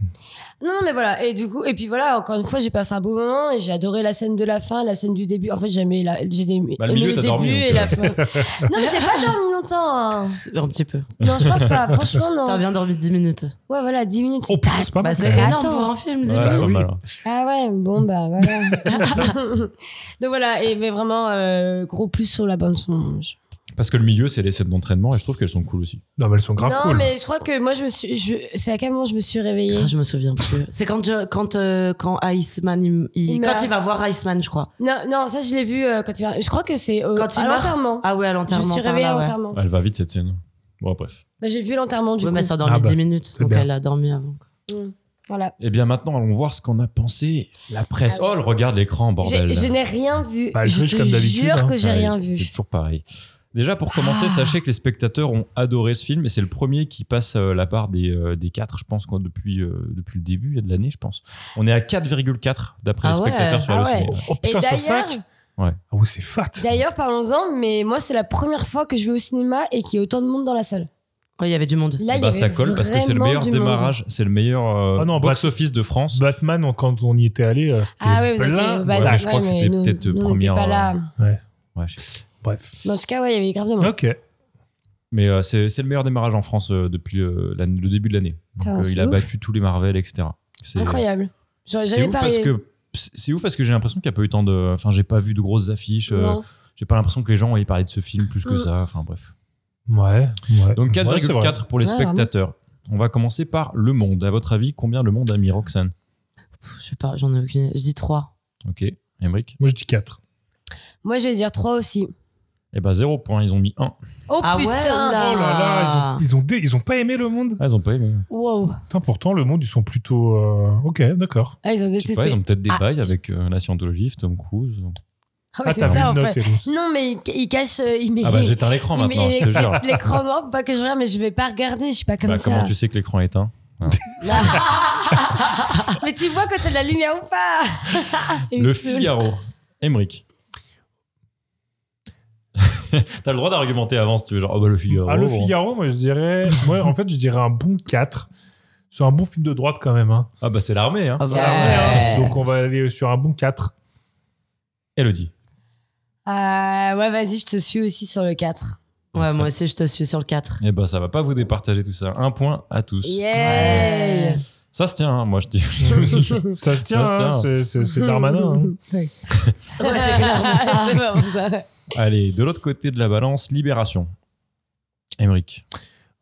S4: Non, non, mais voilà. Et du coup, et puis voilà, encore une fois, j'ai passé un beau moment et j'ai adoré la scène de la fin, la scène du début. En fait, j'ai aimé, la, j'ai aimé,
S1: Bah, le
S4: aimé
S1: milieu, t'as
S4: début
S1: dormi, donc,
S4: et la fin. non,
S2: euh.
S4: mais j'ai pas dormi longtemps. hein.
S3: Un petit peu.
S4: Non, je pense pas. Franchement, non.
S3: T'as bien dormi 10 minutes.
S4: Ouais, voilà, 10 minutes.
S2: Oh putain, c'est pas
S3: Bah,
S2: mal.
S3: c'est
S2: quand même.
S3: énorme
S4: Attends.
S3: pour un film, 10
S1: Ah, Ouais, c'est
S3: minutes.
S1: pas
S2: oui.
S1: mal, hein.
S4: Ah ouais, bon, bah voilà. Donc voilà, et mais vraiment, euh, gros plus sur la bande son. Je-
S1: Parce que le milieu, c'est les scènes d'entraînement et je trouve qu'elles sont cool aussi.
S2: Non, mais elles sont grave
S4: non,
S2: cool.
S4: mais je crois que moi, je me suis. Je, c'est à quel moment je me suis réveillée
S3: Ah, je me souviens plus. C'est quand, je- quand, euh, quand Iceman, il, il-
S4: Il meurt.
S3: quand il va voir Iceman, je crois.
S4: Non, non, ça, je l'ai vu euh, quand il va- Je crois que c'est euh,
S3: Quand il
S4: à
S3: meurt
S4: l'enterrement.
S3: Ah ouais, à
S4: Je me
S3: l'enterrement.
S4: suis
S3: par
S4: réveillée à
S3: là, ouais.
S4: l'enterrement.
S1: Elle va vite cette scène. Bon, bref.
S4: Bah, j'ai vu l'enterrement du
S3: Ouais,
S4: coup.
S3: mais ça a dormi
S2: Ah bah,
S3: 10 minutes,
S2: c'est
S3: donc
S2: bien.
S3: elle a dormi avant.
S4: Voilà.
S1: Eh bien, maintenant, allons voir ce qu'on a pensé la presse. Oh, elle regarde l'écran, bordel.
S4: Ah
S1: hein.
S4: J'ai- Je n'ai rien vu.
S2: Bah, elle
S4: je
S2: triche
S4: te
S2: comme d'habitude,
S4: jure
S2: hein.
S4: que j'ai
S1: Ouais,
S4: rien
S1: C'est
S4: vu. Ah.
S1: toujours pareil. Déjà, pour commencer, sachez que les spectateurs ont adoré ce film et c'est le premier qui passe euh, la barre des, euh, des 4, je pense, quoi, depuis, euh, depuis le début de l'année, je pense. On est à 4,4 d'après
S3: Ah
S1: les spectateurs
S3: ouais,
S1: sur
S4: ah
S1: le
S4: ouais.
S1: cinéma.
S2: Oh, oh,
S4: Et
S2: putain, sur
S4: d'ailleurs-
S2: 5
S1: Ouais.
S2: Ah oui, c'est fat.
S4: D'ailleurs, parlons-en, mais moi, c'est la première fois que je vais au cinéma et qu'il y a autant de monde dans la salle.
S3: Ouais, il y avait du monde.
S4: Là, il y
S1: bah, ça
S4: avait
S1: colle parce que c'est le
S4: vraiment
S1: meilleur
S4: du
S1: démarrage, c'est le meilleur euh,
S2: Ah non, bah, Bat-
S1: box-office de France.
S2: Batman, on- quand on y était allé, euh, c'était
S4: Ah ouais, vous avez
S2: plein.
S4: fait- bah,
S2: Ouais,
S1: mais
S4: ouais,
S1: je crois que
S4: mais
S1: c'était
S4: nous-
S1: peut-être
S4: nous, on était
S1: première,
S4: pas là.
S1: Ouais, je sais.
S2: Bref.
S4: Mais en tout cas, ouais, il y avait grave de monde.
S2: Ok.
S1: Mais euh, c'est c'est le meilleur démarrage en France euh, depuis euh, l'an- le début de l'année. Donc,
S4: Putain,
S1: euh,
S4: c'est
S1: il a
S4: ouf.
S1: battu tous les Marvel, etc. C'est- euh,
S4: Incroyable. J'aurais
S1: C'est
S4: jamais
S1: ouf parce
S4: parlé.
S1: que c'est c'est ouf parce que j'ai l'impression qu'il n'y a pas eu tant de. Enfin, j'ai pas vu de grosses affiches. euh,
S4: Non.
S1: j'ai pas l'impression que les gens aient parlé de ce film plus que
S4: Mm.
S1: ça. Enfin, bref.
S2: Ouais. ouais.
S1: Donc
S2: Ouais, c'est vrai.
S1: 4,4 pour les
S4: Ouais, vraiment.
S1: spectateurs. On va commencer par Le Monde. À votre avis, combien Le Monde a mis Roxane
S3: Pff, Je sais pas, j'en ai aucune. idée. Je dis 3.
S1: Ok, Emric.
S2: Moi, je dis 4.
S4: Moi, je vais dire 3 aussi.
S1: Eh ben, 0 points, ils ont mis 1.
S4: Oh
S3: Ah ouais,
S4: putain
S3: là.
S2: Oh là là, ils ont, ils ont, dé- ils ont pas aimé le monde.
S1: Ah, ils ont pas aimé.
S4: Wow
S2: Putain, pourtant, le monde, ils sont plutôt. euh, Ok, d'accord.
S4: Ah, ils ont
S1: Je sais pas, ils
S4: détesté.
S1: ont peut-être des
S3: Ah.
S1: bails avec euh, la scientologie, Tom Cruise.
S4: Ah ouais,
S2: ah, t'as
S4: c'est
S2: vu
S4: ça,
S2: une
S4: en
S2: note,
S4: fait.
S2: Elous.
S4: Non, mais ils ils cachent... euh, Ils
S1: Ah bah, j'éteins l'écran
S4: ils-
S1: maintenant, je
S4: ils-
S1: te jure.
S4: L'écran noir, pour hein, pas que je regarde, mais je vais pas regarder, je suis pas comme
S1: Bah,
S4: ça.
S1: comment tu sais que l'écran est éteint
S4: mais tu vois quand t'as de la lumière ou pas Il me
S1: Le
S4: saoule.
S1: Figaro. Emric. T'as le droit d'argumenter avant si tu veux. Genre, oh bah le Figaro.
S2: Ah, le
S1: bon.
S2: Figaro, moi, je dirais. Moi, en fait, je dirais un bon 4. C'est un bon film de droite, quand même. Hein.
S1: Ah bah c'est l'armée, hein.
S3: Ah bah,
S2: Donc, on va aller sur un bon 4.
S1: Elodie.
S4: Ah, ouais, vas-y, je te suis aussi sur le 4.
S3: ouais, moi aussi, je te suis sur le 4.
S1: Eh ben ça va pas vous départager tout ça. Un point à tous.
S4: Yeah
S1: Ça se tient, hein, moi je dis. je me suis-
S2: Ça se tient,
S1: Ça se tient.
S2: hein, c'est- c'est c'est Darmanin. hein.
S4: Ouais, c'est clairement ça. C'est vraiment ça.
S1: Allez, de l'autre côté de la balance, Libération. Emric.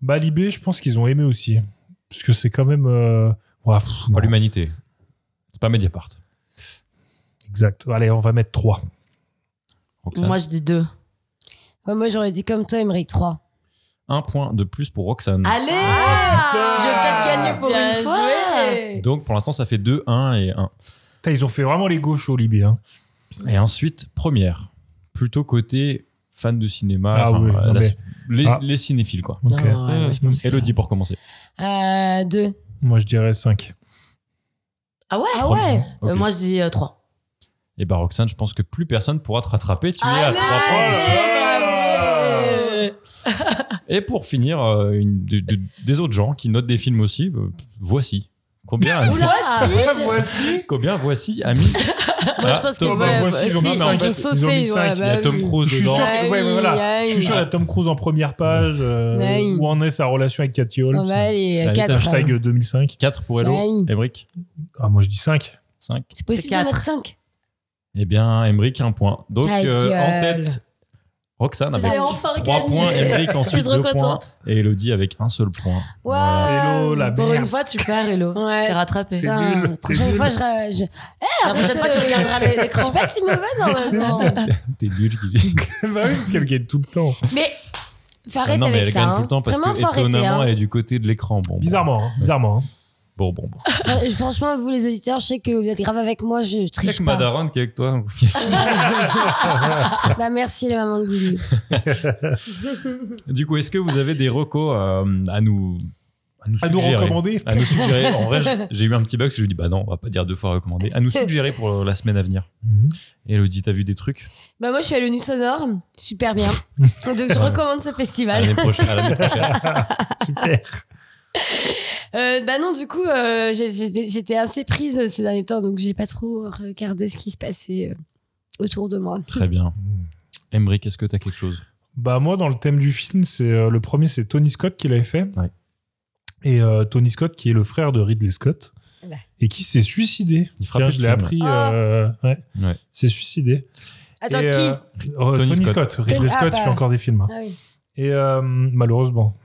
S2: Bah, Libé, je pense qu'ils ont aimé aussi. Parce que c'est quand même. euh, ouah, pff, non.
S1: Pas l'humanité. C'est pas Mediapart.
S2: exact. Allez, on va mettre 3.
S1: Roxane.
S3: Moi, je dis 2.
S4: Ouais, moi, j'aurais dit comme toi, Émeric 3.
S1: Un point de plus pour Roxane.
S3: Allez
S4: je vais peut-être gagner pour
S3: Bien
S4: une fois.
S3: joué.
S1: Donc pour l'instant ça fait 2, 1 et 1.
S2: Putain, ils ont fait vraiment les gauchos, Libé. Hein.
S1: Et ensuite, première. Plutôt côté fan de cinéma,
S2: Ah
S1: enfin,
S2: oui,
S1: euh,
S2: non
S1: la-
S2: mais-
S1: les,
S2: Ah.
S1: les cinéphiles quoi.
S2: Ok. Mm.
S3: Non, ouais, moi, je pense que-
S1: Elodie pour commencer.
S4: Euh, 2.
S2: Moi, je dirais 5.
S3: Ah ouais,
S4: Ah ouais
S3: Euh, Moi, je dis 3.
S2: Ah
S1: Et bah Roxane, je pense que plus personne pourra te rattraper. Tu es à
S3: Allez
S1: 3 points. Et pour finir, euh, une, de- de- des autres gens qui notent des films aussi, euh, voici. Combien,
S4: Ah,
S1: combien voici a mis
S4: Moi, je
S1: Ah,
S4: pense que
S1: Tom-
S2: Thomas,
S4: ouais,
S2: voici,
S4: bah,
S2: ils ont
S4: si,
S2: mis-
S4: ils
S2: mais en fait,
S4: ont
S2: ils ont
S4: saucé,
S2: mis
S4: ouais,
S2: cinq, il y a
S4: bah
S1: Tom
S4: oui.
S1: Cruise
S2: Je suis
S1: dedans.
S2: sûr,
S4: Ah
S2: que- ouais,
S4: oui,
S2: voilà.
S4: ah
S2: Je suis
S4: oui.
S2: sûr, il y a Tom Cruise en première page. euh,
S4: Ah oui.
S2: Où en est sa relation avec Cathy Hall
S4: On va aller
S1: Allez,
S4: à 4.
S2: Hashtag euh, 2005.
S1: 4 pour Hello,
S4: Ouais.
S1: Emric
S2: Ah, moi je dis 5.
S1: 5.
S4: C'est possible de
S3: quatre.
S4: mettre 5.
S1: Eh bien, Emric, un point. Donc,
S4: Ta
S1: euh, en
S4: gueule.
S1: tête, Roxane
S2: bah,
S1: avec
S4: J'ai
S1: 3
S4: enfin gagné.
S1: points, Emric
S3: Je suis
S1: ensuite
S3: trop
S1: 2 points,
S3: contente.
S1: et Elodie avec un seul point. Voilà.
S2: Hello, Oh, la
S3: Pour
S2: merde.
S3: une fois, tu perds, Hello.
S4: Ouais.
S3: Je t'ai rattrapé.
S2: T'es nul,
S4: La
S2: t'es
S4: prochaine
S2: nul.
S4: fois, je. ra- je-
S3: La prochaine fois, tu regarderas
S4: Je suis
S3: l'écran.
S4: pas si mauvaise en même temps.
S1: T'es nul, Guy.
S2: bah oui, parce qu'elle gagne tout le temps.
S4: Mais faut arrêter
S1: Ah non, mais
S4: avec
S1: elle
S4: ça.
S1: gagne
S4: hein.
S1: tout le temps parce
S4: Vraiment,
S1: que,
S4: faut arrêter.
S1: étonnamment,
S4: hein.
S1: elle est du côté de l'écran. Bon, bon.
S2: Bizarrement, hein, bizarrement. hein.
S1: Bon, bon, bon.
S4: Euh, Franchement, vous les auditeurs, je sais que vous êtes grave avec moi, je, je
S1: Avec
S4: triche
S1: ma
S4: pas.
S1: daronne qui est avec toi.
S4: Bah merci les mamans de Goulou.
S1: Du coup, est-ce que vous avez des recos euh, à nous à nous,
S2: À nous
S1: suggérer
S2: recommander.
S1: À nous suggérer. En vrai, j'ai- j'ai eu un petit bug parce que je me dis, bah non, on va pas dire deux fois recommander. À nous suggérer pour euh, la semaine à venir.
S2: Mhm.
S1: Elodie, t'as vu des trucs
S4: Bah moi, je suis à l'ONU Sonore, super bien. Donc je recommande ce
S1: à
S4: festival.
S3: Bah
S1: l'année prochaine, à l'année prochaine.
S4: Euh, bah non, du coup, euh, j'ai- j'étais j'étais assez prise euh, ces derniers temps, donc j'ai pas trop regardé ce qui se passait euh, autour de moi.
S1: Très bien.
S2: Mhm.
S1: Emric, est-ce que t'as quelque chose
S2: Bah moi dans le thème du film, c'est euh, le premier c'est Tony Scott qui l'avait fait.
S1: Ouais.
S2: Et euh, Tony Scott qui est le frère de Ridley Scott
S4: Ouais. Ah.
S2: et qui s'est suicidé.
S1: Il fera
S2: Tiens,
S1: plus
S2: je
S1: de
S2: l'ai
S1: film.
S2: appris euh, ouais.
S1: Ouais.
S2: S'est suicidé.
S4: Attends,
S2: Et,
S4: qui
S2: euh, euh,
S1: Tony
S2: Tony
S1: Scott.
S2: Scott, Ridley
S4: Ah,
S2: Scott
S4: bah.
S2: fait encore des films. hein.
S4: Ah oui.
S2: Et euh, malheureusement.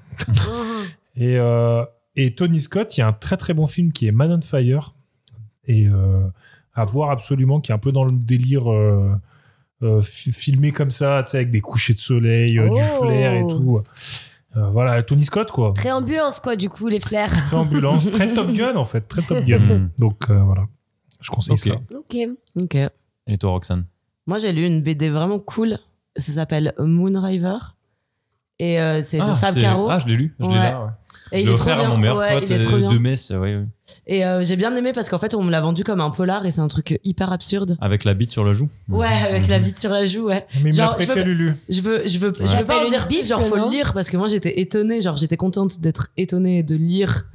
S2: et euh, et Tony Scott, il y a un très très bon film qui est Man on Fire et euh, à voir absolument qui est un peu dans le délire euh, euh, fi- filmé comme ça, tu sais, avec des couchers de soleil, euh, du
S4: Oh.
S2: flair et tout. Euh, voilà, Tony Scott quoi.
S4: Très ambulance, quoi, du coup, les flares.
S2: Très ambulance, très Top Gun en fait, très Top Gun.
S1: Mm.
S2: Donc euh, voilà, je conseille
S1: Ok.
S2: ça.
S4: Ok. Ah,
S3: Ok.
S1: Et toi, Roxane
S3: Moi, j'ai lu une BD vraiment cool. Ça s'appelle Moonriver. Et euh, c'est de Fab
S1: c'est-
S3: Caro.
S1: ah, je l'ai lu. Je l'ai
S3: Ouais.
S1: là. ouais.
S3: Et il
S1: L'ai
S3: est trop
S1: offert à
S3: bien.
S1: mon meilleur
S3: Ouais,
S1: pote
S3: il est trop
S1: euh,
S3: bien.
S1: de Metz, ouais, ouais.
S3: Et euh, j'ai bien aimé parce qu'en fait, on me l'a vendu comme un polar et c'est un truc hyper absurde.
S1: avec la bite sur le Mhm. joue.
S3: Ouais, avec la bite sur la joue, ouais.
S2: Mais il m'a
S3: Genre, je
S2: prêté
S3: veux-
S2: Lulu.
S3: Je veux, je veux,
S1: Ouais.
S3: je veux pas
S4: T'appelles
S3: en dire
S4: une
S3: bif,
S4: bif,
S3: genre faut
S4: non
S3: le lire parce que moi j'étais étonnée, genre j'étais contente d'être étonnée et de lire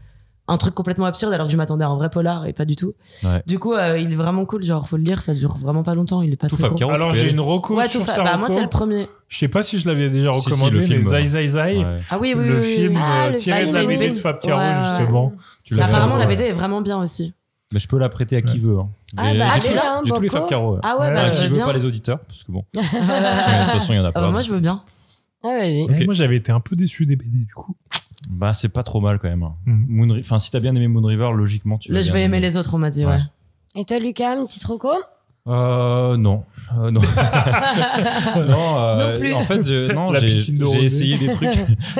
S3: un truc complètement absurde alors que je m'attendais à un vrai polar et pas du tout.
S1: Ouais.
S3: Du coup, euh, il est vraiment cool, genre faut le lire, ça dure vraiment pas longtemps, il est pas
S1: Tout
S3: très
S1: Fab
S3: con.
S1: Caro,
S2: Alors
S1: tu peux y
S2: j'ai
S1: aller.
S2: une reco
S3: Ouais, tout
S2: sur
S3: fa-
S2: sa
S3: bah, moi
S2: reco.
S3: c'est le premier.
S2: Je sais pas si je l'avais déjà
S1: Si, si,
S2: recommandé,
S1: le film,
S2: mais
S1: ouais.
S2: Zai Zai Zai,
S1: Ouais.
S3: Ah oui, oui,
S2: le
S3: oui, oui.
S2: film
S4: Ah,
S2: euh,
S4: le
S2: tiré de
S3: film,
S2: la
S3: oui,
S2: BD
S3: oui.
S2: de Fab Caro,
S3: Ouais, ouais, ouais.
S2: justement.
S1: Tu l'as
S3: apparemment
S1: fait,
S3: la
S1: ouais.
S3: BD est vraiment bien aussi.
S1: Mais je peux la prêter à qui veut. hein.
S4: Ah,
S1: J'ai-
S4: bah,
S1: j'ai
S4: tu
S1: tous-
S4: l'as, hein,
S1: J'ai tous les
S4: Banco
S1: Fab Caro. ouais.
S3: Ah ouais,
S2: Ouais,
S3: bah
S2: je
S3: je
S1: qui
S3: veux
S1: veut
S3: bien.
S1: pas les auditeurs, parce que bon. De toute façon, il y en a
S3: Ah
S1: pas.
S3: bah, moi
S1: donc.
S3: je veux bien.
S4: Ah, vas-y.
S2: Ouais, Moi j'avais été un peu déçu des BD du coup.
S1: Bah, c'est pas trop mal quand même.
S2: Mhm.
S1: Moonri- Enfin, si t'as bien aimé Moonriver, logiquement, tu
S3: Là
S1: vas
S3: je
S1: bien
S3: vais aimer les autres, on m'a dit, ouais.
S1: Ouais.
S4: Et toi, Lucas, un petit troco
S1: Euh, non. Euh, non. non, euh,
S3: Non plus.
S1: En fait, je- non,
S2: La
S1: j'ai
S2: piscine
S1: j'ai
S2: de rosée.
S1: essayé des trucs.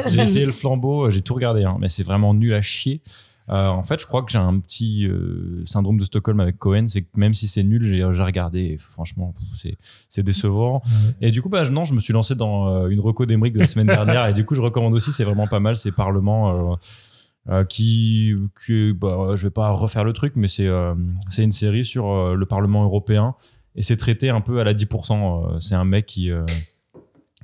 S1: j'ai essayé le flambeau, euh, j'ai tout regardé, hein, mais c'est vraiment nul à chier. Euh, en fait, je crois que j'ai un petit euh, syndrome de Stockholm avec Cohen, c'est que même si c'est nul, j'ai j'ai regardé. Et franchement, pff, c'est- c'est décevant. Et du coup, bah, je- non, je me suis lancé dans euh, une reco d'Emeric de la semaine dernière. et du coup, je recommande aussi, c'est vraiment pas mal, c'est Parlement. euh, euh, qui, qui- bah, je vais pas refaire le truc, mais c'est euh, c'est une série sur euh, le Parlement européen et c'est traité un peu à la 10%. euh, c'est un mec qui, euh,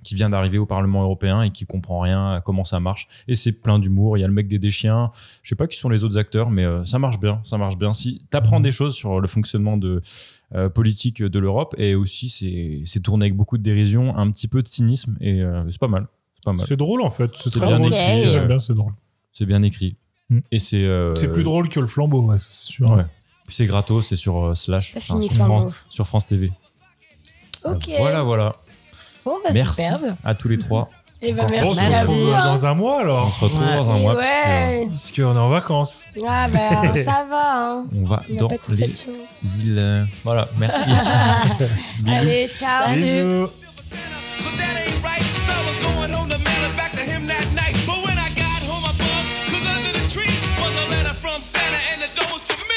S1: qui vient d'arriver au Parlement européen et qui comprend rien à comment ça marche. Et c'est plein d'humour. Il y a le mec des déchiens. Je sais pas qui sont les autres acteurs, mais euh, ça marche bien. Ça marche bien. Si t'apprends des choses sur le fonctionnement de euh, politique de l'Europe et aussi c'est c'est tourné avec beaucoup de dérision, un petit peu de cynisme et euh, c'est pas mal. C'est pas mal.
S2: C'est drôle en fait. C'est
S1: C'est
S2: très
S1: bien
S2: drôle.
S4: écrit,
S2: J'aime
S1: euh.
S2: bien, c'est drôle.
S1: C'est bien écrit.
S2: Mm.
S1: Et c'est euh,
S2: C'est plus drôle que le flambeau, ouais, ça, c'est sûr.
S1: Ouais. Puis c'est gratos, c'est sur euh, Slash,
S4: Pas
S1: enfin,
S4: fini,
S1: sur,
S4: Flambeau.
S1: France, sur France TV.
S4: Ok.
S1: Voilà, voilà.
S4: Bon, bah,
S1: Merci
S4: superbe.
S1: à tous les trois.
S4: Et bah,
S2: Bon,
S4: merci,
S2: on se
S3: Merci.
S4: à
S2: retrouve
S4: vous. hein.
S2: Euh, dans un mois
S1: On
S2: alors.
S1: se retrouve
S3: Ouais.
S1: dans un
S4: Et
S1: mois. parce que, euh,
S4: ouais.
S2: Parce qu'on est en vacances.
S4: Ah, bah, ça va, hein.
S1: euh, on va
S4: On n'a
S1: dans
S4: pas tous
S1: les
S4: cette chance.
S1: îles. euh, Voilà, merci.
S4: Allez, ciao.
S2: Bisous.
S9: But that ain't right. So I was going home to mail it back to him that night. But when I got home, I bugged, cause under the tree was a letter from Santa and the dough was for me.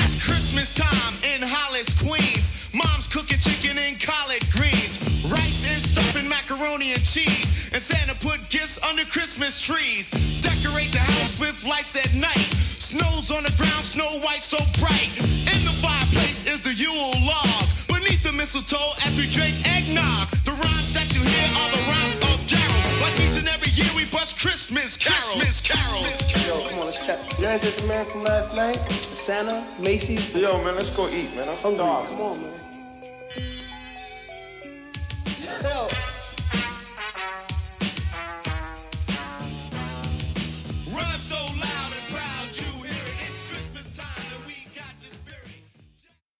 S9: It's Christmas time in Hollis, Queens. Mom's cooking chicken and collard greens. Rice and stuffing macaroni and cheese. And Santa put gifts under Christmas trees. Decorate the house with lights at night. Snow's on the ground, snow white so bright. In the fireplace is the Yule log. Beneath the mistletoe as we drink eggnog. The rhymes that you hear are the rhymes of carols. Like each and every year we bust Christmas carols. Christmas carols.
S10: You ain't just the man from last night? Santa, Macy's. Yo, man, let's go eat, man. I'm starving.